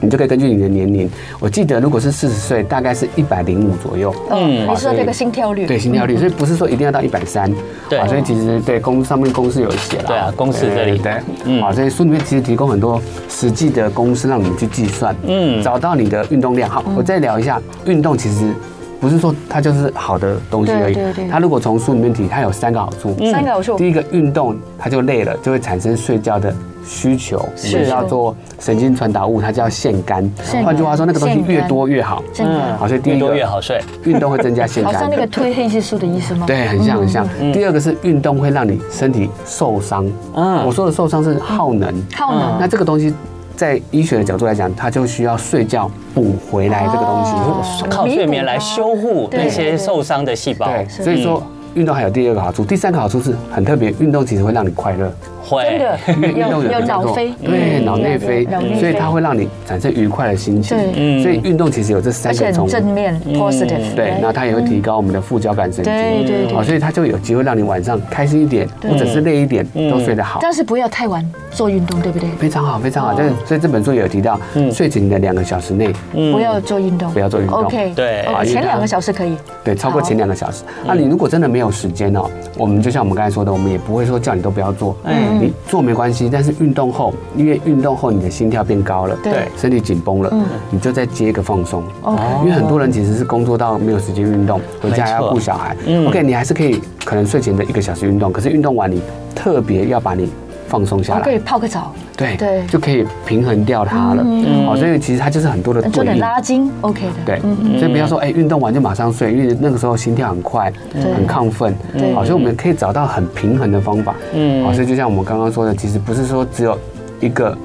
[SPEAKER 3] 你就可以根据你的年龄，我记得如果是四十岁，大概是一百零五左右。
[SPEAKER 1] 嗯，你
[SPEAKER 3] 好
[SPEAKER 1] 说
[SPEAKER 3] 所以
[SPEAKER 1] 这个心跳率，
[SPEAKER 3] 对心跳率，所以不是说一定要到一百三。
[SPEAKER 2] 对
[SPEAKER 3] 啊所以其实对公上面公式有写了。
[SPEAKER 2] 对啊公式这里
[SPEAKER 3] 对，
[SPEAKER 1] 嗯
[SPEAKER 3] 对好，所以书里面其实提供很多实际的公式让你们去计算，
[SPEAKER 2] 嗯
[SPEAKER 3] 嗯，找到你的运动量。好，
[SPEAKER 1] 嗯
[SPEAKER 3] 我再聊一下运动，其实不是说它就是好的东西而已
[SPEAKER 1] 对对对。嗯
[SPEAKER 3] 它如果从书里面提，它有三个好处。
[SPEAKER 1] 三个好处
[SPEAKER 3] 第一个，运动它就累了，就会产生睡觉的需求，我们叫做神经传导物，它叫腺苷
[SPEAKER 1] 腺。苷
[SPEAKER 3] 换句话说，那个东西
[SPEAKER 1] 腺苷
[SPEAKER 3] 越多越好。嗯
[SPEAKER 1] 真的，
[SPEAKER 3] 好，所以第
[SPEAKER 2] 越
[SPEAKER 3] 一
[SPEAKER 2] 多
[SPEAKER 3] 个
[SPEAKER 2] 越好睡，
[SPEAKER 3] 运动会增加腺
[SPEAKER 1] 好
[SPEAKER 3] 苷。
[SPEAKER 1] 像那个推黑激素的医生吗？
[SPEAKER 3] 对，很像很像。第二个是运动会让你身体受伤，
[SPEAKER 2] 嗯
[SPEAKER 3] 我说的受伤是耗能，
[SPEAKER 1] 耗能
[SPEAKER 3] 那这个东西。在医学的角度来讲，它就需要睡觉补回来这个东西。
[SPEAKER 1] 哦
[SPEAKER 2] 靠睡眠来修护
[SPEAKER 1] 对
[SPEAKER 2] 那些受伤的细胞，
[SPEAKER 3] 对，所以说运动还有第二个好处，第三个好处是很特别，运动其实会让你快乐，
[SPEAKER 1] 真
[SPEAKER 2] 会
[SPEAKER 1] 的
[SPEAKER 3] 因为运
[SPEAKER 1] 有
[SPEAKER 3] 动
[SPEAKER 1] 有
[SPEAKER 3] 有比较
[SPEAKER 1] 脑
[SPEAKER 3] 多
[SPEAKER 1] 啡，
[SPEAKER 3] 对，脑内啡
[SPEAKER 1] 脑内，
[SPEAKER 3] 所以
[SPEAKER 1] 啡
[SPEAKER 3] 它会让你产生愉快的心情
[SPEAKER 1] 对。
[SPEAKER 2] 嗯
[SPEAKER 3] 所以运动其实有这
[SPEAKER 1] 而
[SPEAKER 3] 三
[SPEAKER 1] 且
[SPEAKER 3] 个
[SPEAKER 1] 很
[SPEAKER 3] 从
[SPEAKER 1] 正面 positive，
[SPEAKER 3] 对，那它也会提高我们的副交感神经，
[SPEAKER 1] 对对对
[SPEAKER 3] 好，哦所以它就有机会让你晚上开心一点，或者是累一点都睡得好。
[SPEAKER 1] 但是不要太晚做运动，对不对？
[SPEAKER 3] 非常好，非常好。这所以这本书也有提到，睡前的两个小时内，
[SPEAKER 1] 不要做运动，
[SPEAKER 3] 嗯不要做运动
[SPEAKER 1] OK，
[SPEAKER 2] 对
[SPEAKER 1] 哦
[SPEAKER 3] 啊因为
[SPEAKER 1] 前
[SPEAKER 3] 它
[SPEAKER 1] 两个小时可以，
[SPEAKER 3] 对，超过前两个小时。那你如果真的没有时间哦，我们就像我们刚才说的，我们也不会说叫你都不要做，
[SPEAKER 2] 嗯
[SPEAKER 3] 你做没关系。但是运动后，因为运动后你的心跳变高了，
[SPEAKER 1] 对
[SPEAKER 3] 身体紧绷了，你就再接一个放松。
[SPEAKER 1] OK
[SPEAKER 3] 因为很多人其实是工作到没有时间运动，回家还
[SPEAKER 2] 没
[SPEAKER 3] 要
[SPEAKER 2] 错
[SPEAKER 3] 顾小孩
[SPEAKER 2] 嗯。
[SPEAKER 3] OK，你还是可以可能睡前的一个小时运动，可是运动完你特别要把你放松下
[SPEAKER 1] 我哦
[SPEAKER 3] 来
[SPEAKER 1] 可。以泡个澡，
[SPEAKER 3] 对
[SPEAKER 1] 对嗯
[SPEAKER 3] 就可以平衡掉它了。哦，所以其实它就是很多的
[SPEAKER 1] 做
[SPEAKER 3] 对
[SPEAKER 1] 点嗯
[SPEAKER 3] 应。
[SPEAKER 1] 拉嗯筋，OK 的。
[SPEAKER 3] 对，所以不要说哎，运动完就马上睡，因为那个时候心跳很快，很亢奋。
[SPEAKER 1] 嗯
[SPEAKER 3] 哦
[SPEAKER 1] 对
[SPEAKER 3] 好，所以我们可以找到哦很平衡的方法。嗯，好，所以就像我们刚刚说的，其实不是说只有一个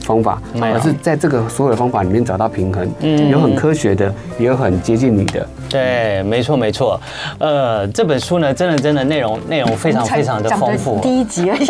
[SPEAKER 3] 方法，而是在这个所有的方法里面找到平衡，有很科学的，也有很接近你的。
[SPEAKER 2] 对，没错没错。呃，这本书呢，真的真的内容内容非常非常的
[SPEAKER 1] 讲
[SPEAKER 2] 丰富。
[SPEAKER 1] 第一集而已，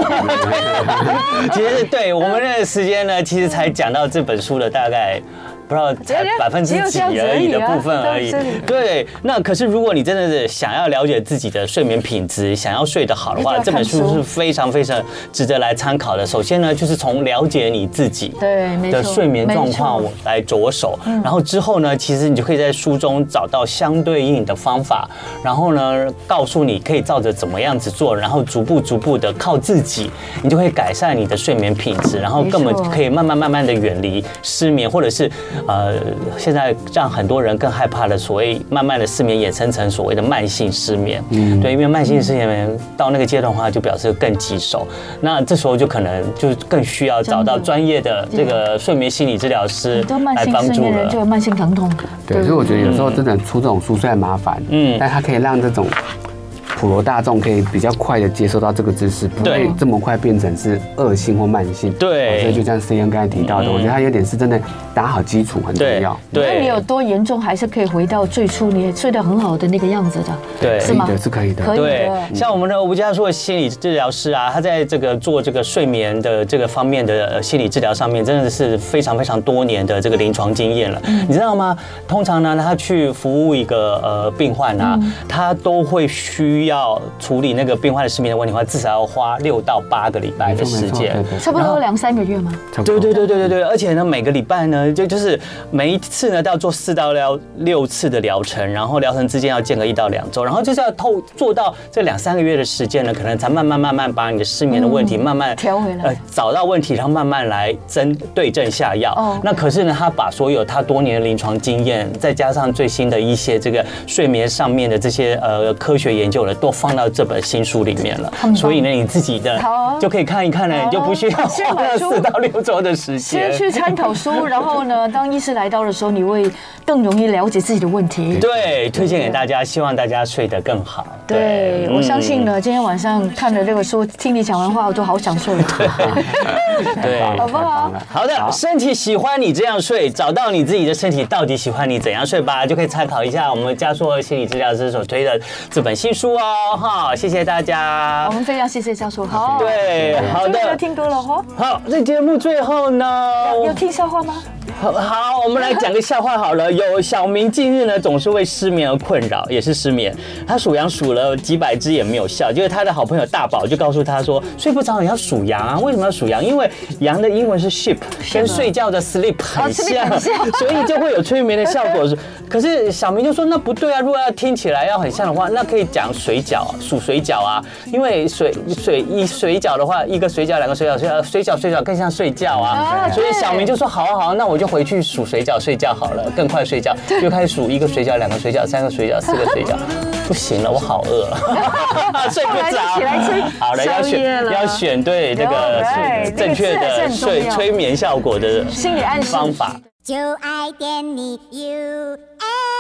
[SPEAKER 2] 其实对我们的时间呢，其实才讲到这本书的大概。不知道才
[SPEAKER 1] 只有
[SPEAKER 2] 百分之
[SPEAKER 1] 只有
[SPEAKER 2] 几
[SPEAKER 1] 这样子
[SPEAKER 2] 而
[SPEAKER 1] 而
[SPEAKER 2] 已
[SPEAKER 1] 已
[SPEAKER 2] 的
[SPEAKER 1] 啊
[SPEAKER 2] 部分而已
[SPEAKER 1] 到这里。
[SPEAKER 2] 对，那可是如果你真的是想要了解自己的睡眠品质，想要睡得好的话，
[SPEAKER 1] 一定要
[SPEAKER 2] 这本
[SPEAKER 1] 看
[SPEAKER 2] 书
[SPEAKER 1] 书
[SPEAKER 2] 是非常非常值得来参考的。首先呢，就是从了解你自己
[SPEAKER 1] 对没
[SPEAKER 2] 的
[SPEAKER 1] 错
[SPEAKER 2] 睡眠
[SPEAKER 1] 没
[SPEAKER 2] 状
[SPEAKER 1] 错
[SPEAKER 2] 况来着手，
[SPEAKER 1] 嗯
[SPEAKER 2] 然后之后呢，其实你就可以在书中找到相对应的方法，然后呢，告诉你可以照着怎么样子做，然后逐步逐步的靠自己，你就会改善你的睡眠品质，然后
[SPEAKER 1] 没
[SPEAKER 2] 根本
[SPEAKER 1] 错
[SPEAKER 2] 可以慢慢慢慢的远离失眠，或者是呃，现在让很多人更害怕的所谓慢慢的失眠衍生成所谓的慢性失眠，
[SPEAKER 1] 嗯
[SPEAKER 2] 对，因为慢性失眠到那个阶段的话，就表示更棘手，那这时候就可能就更需要找到
[SPEAKER 1] 真的
[SPEAKER 2] 专业的这个睡眠心理治疗师
[SPEAKER 1] 很多慢
[SPEAKER 2] 来
[SPEAKER 1] 性
[SPEAKER 2] 帮
[SPEAKER 1] 失
[SPEAKER 2] 助
[SPEAKER 1] 眠人就
[SPEAKER 2] 了。
[SPEAKER 1] 有慢性疼痛。
[SPEAKER 3] 对，所以我觉得有时候真的出这种书虽然麻烦，
[SPEAKER 2] 嗯
[SPEAKER 3] 嗯，但它可以让这种普罗大众可以比较快的接受到这个知识，不
[SPEAKER 2] 对
[SPEAKER 3] 会这么快变成是恶性或慢性。
[SPEAKER 2] 对
[SPEAKER 3] 哦所以就像 C N 刚才提到的，
[SPEAKER 2] 嗯
[SPEAKER 3] 我觉得它有点是真的打好基础很重
[SPEAKER 2] 对
[SPEAKER 3] 要。
[SPEAKER 1] 那你
[SPEAKER 2] 对
[SPEAKER 1] 有多严重，还是可以回到最初你睡得很好的那个样子的。
[SPEAKER 2] 对，
[SPEAKER 1] 是吗
[SPEAKER 3] 可以的，是可以的。
[SPEAKER 1] 可以
[SPEAKER 2] 对
[SPEAKER 1] 的，
[SPEAKER 2] 像我们的吴家硕心理治疗师啊，他在这个做这个睡眠的这个方面的呃心理治疗上面，真的是非常非常多年的这个临床经验了。
[SPEAKER 1] 嗯
[SPEAKER 2] 你知道吗？通常呢，他去服务一个呃病患啊，
[SPEAKER 1] 嗯
[SPEAKER 2] 他都会需要处理那个病患的失眠的问题的话，至少要花六到八个礼拜
[SPEAKER 3] 没
[SPEAKER 2] 的
[SPEAKER 3] 错
[SPEAKER 2] 时
[SPEAKER 3] 没错，
[SPEAKER 2] 间
[SPEAKER 3] 对。对
[SPEAKER 1] 差不多两三个月嘛。
[SPEAKER 3] 差不
[SPEAKER 2] 对
[SPEAKER 3] 多
[SPEAKER 2] 对对对对对，而且呢，每个礼拜呢，就就是每一次呢都要做四到六六次的疗程，然后疗程之间要间隔一到两周，然后就是要透做到这两三个月的时间呢，可能才慢慢慢慢把你的失眠的问题慢慢
[SPEAKER 1] 嗯调回来
[SPEAKER 2] 呃，找到问题，然后慢慢来针对症下药。
[SPEAKER 1] 哦
[SPEAKER 2] 那可是呢，他把所有他多年的临床经验，再加上最新的一些这个睡眠上面的这些呃科学研究呢，都放到这本新书里面了。所以呢，你自己的
[SPEAKER 1] 好啊
[SPEAKER 2] 就可以看一看呢，
[SPEAKER 1] 好啊
[SPEAKER 2] 你就不需要
[SPEAKER 1] 先
[SPEAKER 2] 花
[SPEAKER 1] 买
[SPEAKER 2] 了
[SPEAKER 1] 书
[SPEAKER 2] 四到六周的时
[SPEAKER 1] 先。
[SPEAKER 2] 间
[SPEAKER 1] 去参考书，然后呢，当医师来到的时候，你会更容易了解自己的问题。
[SPEAKER 2] 对，推荐给大家，希望大家睡得更好。嗯
[SPEAKER 1] 对，我相信。呢，今天晚上看了这个书，听你讲完话，我都好想睡 了。
[SPEAKER 2] 嗯对，
[SPEAKER 1] 好不好？
[SPEAKER 2] 好的，身体喜欢你这样睡，找到你自己的身体到底喜欢你怎样睡吧，就可以参考一下我们嘉硕心理治疗师所推的这本新书哦。哈，谢谢大家
[SPEAKER 1] 我。们非常谢谢教授，好，，
[SPEAKER 2] 对，好
[SPEAKER 1] 今天
[SPEAKER 2] 的
[SPEAKER 1] 又，听歌了哦，
[SPEAKER 2] 好，这节目最 后呢，
[SPEAKER 1] 有听笑
[SPEAKER 2] 哦
[SPEAKER 1] 话吗？
[SPEAKER 2] 好好，我们来讲个笑话好了。有小明近日呢，总是为失眠而困扰，也是失眠。他数羊数了几百只也没有效，就是他的好朋友大宝就告诉他说，睡不着你要数羊啊。为什么要数羊？因为羊的英文是 sheep，跟睡觉的哦 sleep 很像，所以就会有催眠的效果。可是小明就说那不对啊，如果要听起来要很像的话，那可以讲水饺数水饺啊，因为水水一水饺的话，一个水饺两个水饺水饺水饺水饺更像睡觉啊，
[SPEAKER 1] 啊
[SPEAKER 2] 所以小明
[SPEAKER 1] 对
[SPEAKER 2] 就。就说好啊好啊，那我就回去数水饺睡觉好了，更快睡觉，就开始数一个水饺、两个水饺、三个水饺、四个水饺，不行了，我好饿， 睡不着。
[SPEAKER 1] 起来吃
[SPEAKER 2] 好了，要
[SPEAKER 1] 宵夜
[SPEAKER 2] 选
[SPEAKER 1] 了
[SPEAKER 2] 要选对这个
[SPEAKER 1] Alright，这个
[SPEAKER 2] 正确
[SPEAKER 1] 字还是
[SPEAKER 2] 的
[SPEAKER 1] 很重
[SPEAKER 2] 睡
[SPEAKER 1] 要
[SPEAKER 2] 催眠效果的
[SPEAKER 1] 心理暗示
[SPEAKER 2] 方法。
[SPEAKER 5] 就爱点你 UFO。